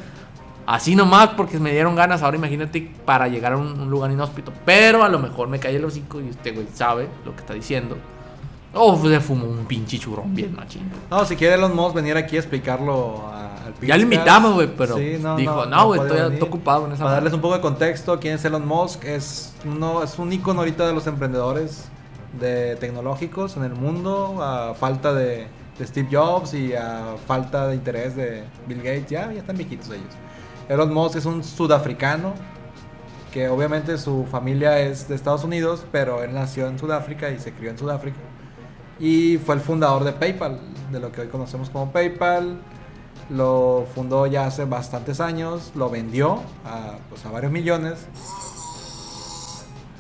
S1: Así nomás porque me dieron ganas. Ahora imagínate para llegar a un, un lugar inhóspito. Pero a lo mejor me cae el hocico y este güey sabe lo que está diciendo. O se fumó un pinche churrón bien machín.
S2: No, si quiere Elon Musk venir aquí a explicarlo a- al
S1: Ya lo
S2: Pixcast.
S1: invitamos, güey, pero
S2: Sí,
S1: dijo, no,
S2: podía
S1: güey, estoy-
S2: venir".
S1: estoy ocupado en esa
S2: Para
S1: madre.
S2: darles un poco de contexto, ¿quién es Elon Musk? Es, uno, es un icono ahorita de los emprendedores de tecnológicos en el mundo, a falta de, de Steve Jobs y a falta de interés de Bill Gates. Ya, ya están viejitos ellos. Elon Musk es un sudafricano que obviamente su familia es de Estados Unidos, pero él nació en Sudáfrica y se crió en Sudáfrica. Y fue el fundador de PayPal, de lo que hoy conocemos como PayPal. Lo fundó ya hace bastantes años, lo vendió a, pues, a varios millones.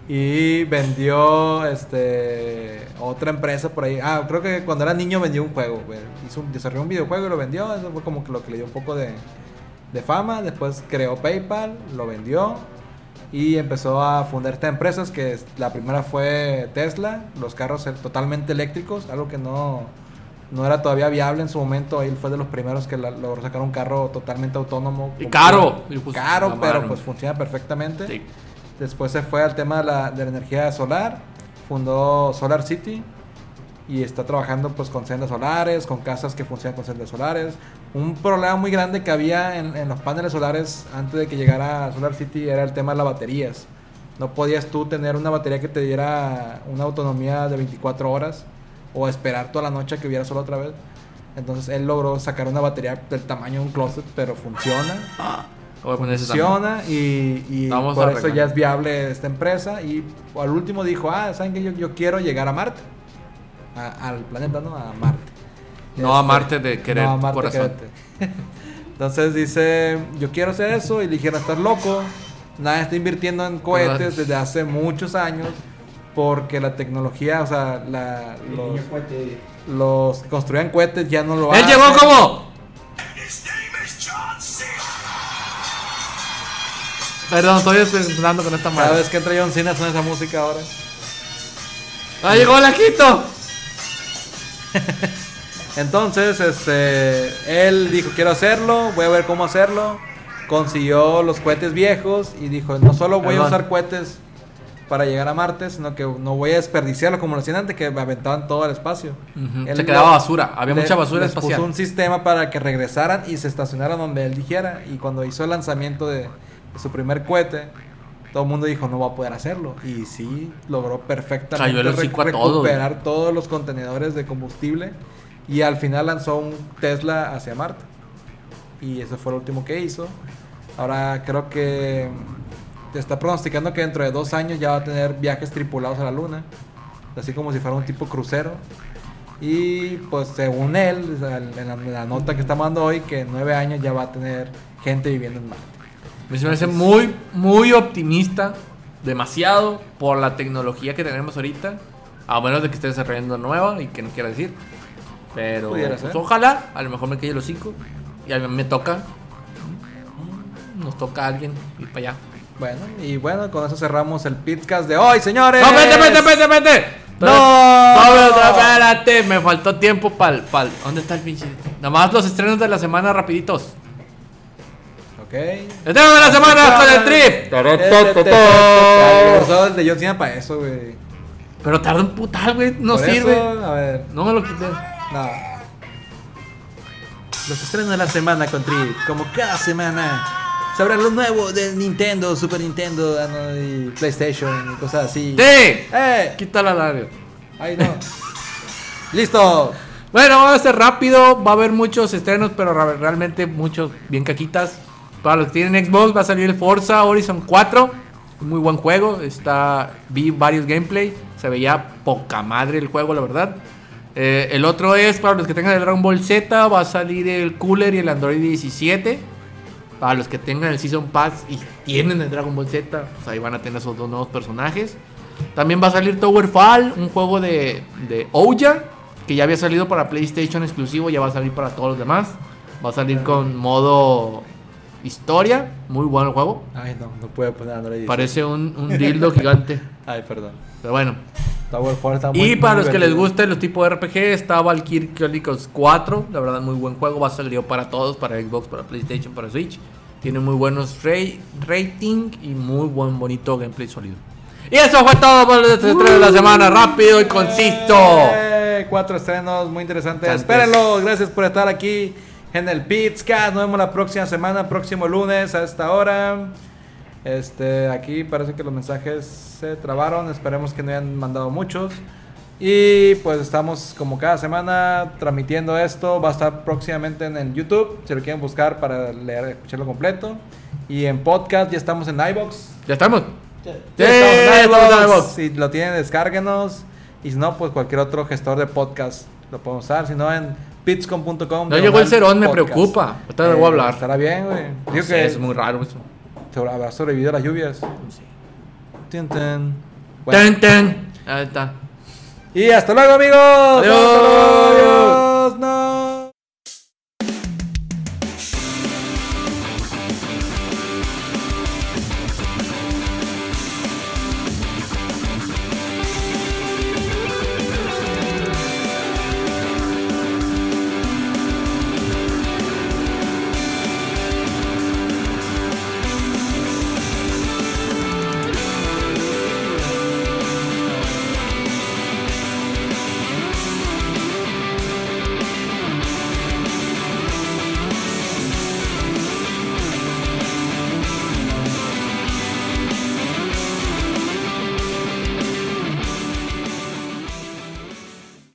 S2: Y vendió este otra empresa por ahí. Ah, creo que cuando era niño vendió un juego. güey. Hizo un- desarrolló un videojuego y lo vendió. Eso fue como que lo que le dio un poco de, de fama. Después creó PayPal, lo vendió y empezó a fundar estas empresas que es- la primera fue Tesla, los carros el- totalmente eléctricos, algo que no, no era todavía viable en su momento. Él fue de los primeros que la- logró sacar un carro totalmente autónomo.
S1: Y caro. Y pues,
S2: caro,
S1: la
S2: pero
S1: madre.
S2: pues funciona perfectamente.
S1: Sí.
S2: Después se fue al tema de la, de la energía solar, fundó Solar City y está trabajando pues con celdas solares, con casas que funcionan con celdas solares. Un problema muy grande que había en, en los paneles solares antes de que llegara Solar City era el tema de las baterías. No podías tú tener una batería que te diera una autonomía de 24 horas o esperar toda la noche a que hubiera sol otra vez. Entonces él logró sacar una batería del tamaño de un closet, pero funciona
S1: Voy a poner ese también.
S2: funciona y, y
S1: Vamos
S2: por
S1: arreglando.
S2: eso ya es viable esta empresa. Y al último dijo, ah, ¿saben que yo, yo quiero llegar a Marte? A- al planeta, ¿no? A Marte. Este,
S1: No a Marte de querer
S2: a
S1: corazón.
S2: quererte. *laughs* Entonces dice, yo quiero hacer eso y le dijeron, estás loco. Nadie está invirtiendo en cohetes desde hace muchos años porque la tecnología, o sea, la,
S3: El
S2: los,
S3: niño cohete.
S2: los que construían cohetes ya no lo
S1: Él
S2: hacen.
S1: llegó como... Perdón, todavía estoy empezando con esta
S2: Cada
S1: madre.
S2: vez que entra John Cena suena esa música ahora.
S1: ¡Ah, llegó el ajito!
S2: Entonces, este, él dijo, quiero hacerlo, voy a ver cómo hacerlo. Consiguió los cohetes viejos y dijo, no solo voy a
S1: Perdón.
S2: usar cohetes para llegar a Marte, sino que no voy a desperdiciarlo como lo hacían antes, que me aventaban todo el espacio.
S1: Ujú,
S2: Él
S1: se quedaba
S2: lo-
S1: basura, había
S2: le-
S1: mucha basura
S2: les
S1: espacial.
S2: Puso un sistema para que regresaran y se estacionaran donde él dijera. Y cuando hizo el lanzamiento de, de su primer cohete, todo el mundo dijo, no va a poder hacerlo. Y sí, logró perfectamente
S1: Cayó el
S2: re-
S1: hocico a todo,
S2: recuperar todos los contenedores de combustible. Y al final lanzó un Tesla hacia Marte. Y eso fue lo último que hizo. Ahora creo que te está pronosticando que dentro de dos años ya va a tener viajes tripulados a la Luna. Así como si fuera un tipo crucero. Y pues según él, o sea, en la, en la nota que está mandando hoy, que en nueve años ya va a tener gente viviendo en Marte.
S1: Me se me hace muy, muy optimista, demasiado, por la tecnología que tenemos ahorita. A menos de que esté desarrollando nueva y que no quiera decir. Pero
S2: Pudiera
S1: pues,
S2: ser.
S1: ojalá, a lo mejor me cae el hocico y a mí me toca. Nos toca a alguien ir para allá.
S2: Bueno, y bueno, con eso cerramos el podcast de hoy, señores.
S1: ¡No, vete, vete, vete, vete! No, no, espérate, me faltó tiempo para pal. ¿Dónde está el pinche? Nada más los estrenos de la semana rapiditos.
S2: Ok.
S1: Estrenos
S2: Ah,
S1: de la semana con el trip.
S2: Usado el de John Cena para eso, güey.
S1: Pero tarda un putal, güey, no
S2: Por
S1: sirve.
S2: eso, A ver,
S1: No me lo quité.
S2: no. Los estrenos de la semana con Trip, como cada semana. Sabrás lo nuevo de Nintendo, Super Nintendo, ah, no, y PlayStation y cosas así.
S1: ¡Sí!
S2: ¡Eh!
S1: Quítala la radio.
S2: Ahí no. ¡Listo!
S1: Bueno, va a ser rápido, va a haber muchos estrenos, pero ra- realmente muchos bien caquitas. Para los que tienen Xbox va a salir el Forza Horizon 4, un muy buen juego, está vi varios gameplay, se veía poca madre el juego, la verdad. Eh, el otro es para los que tengan el Dragon Ball Z, va a salir el Cooler y el Android 17. Para los que tengan el Season Pass y tienen el Dragon Ball Z, pues ahí van a tener esos dos nuevos personajes. También va a salir Tower Fall, un juego de, de Ouya, que ya había salido para PlayStation exclusivo, ya va a salir para todos los demás. Va a salir con modo historia, muy bueno el juego.
S2: Ay, no, no puedo poner Android.
S1: Parece un, un dildo gigante,
S2: Ay, perdón.
S1: pero bueno.
S2: Tower Force está muy
S1: Y para
S2: muy
S1: los que les
S2: divertido.
S1: gusten los tipos de RPG, está Valkyrie Chronicles 4, la verdad muy buen juego, va a salir para todos, para Xbox, para PlayStation, para Switch. Tiene muy buenos rey- rating y muy buen bonito gameplay sólido. Y eso fue todo por el estreno de la semana, rápido y conciso.
S2: Eh, Cuatro estrenos muy interesantes.
S1: Antes.
S2: Espérenlo. Gracias por estar aquí en el Pizcast. Nos vemos la próxima semana, próximo lunes a esta hora. Este, aquí parece que los mensajes se trabaron. Esperemos que no hayan mandado muchos. Y pues estamos como cada semana transmitiendo esto. Va a estar próximamente en el YouTube. Si lo quieren buscar para leer, escucharlo completo. Y en podcast ya estamos en iBox.
S1: Ya estamos.
S2: Sí,
S1: Sí,
S2: estamos en
S1: estamos en
S2: iVoox.
S1: iVoox.
S2: Si lo tienen, descárguenos. Y si no, pues cualquier otro gestor de podcast lo podemos usar. Si no, en pitcom.com.
S1: No llegó el Cerón, me preocupa. Ahorita le voy a hablar.
S2: Eh, Estará bien, güey. Digo
S1: Sí,
S2: que
S1: es muy raro eso.
S2: se habrá sobrevivido a las lluvias.
S1: Sí.
S2: Tin, tin. Bueno.
S1: Ten, ten. Ahí está.
S2: Y hasta luego, amigos. Hasta
S1: Adiós.
S2: luego.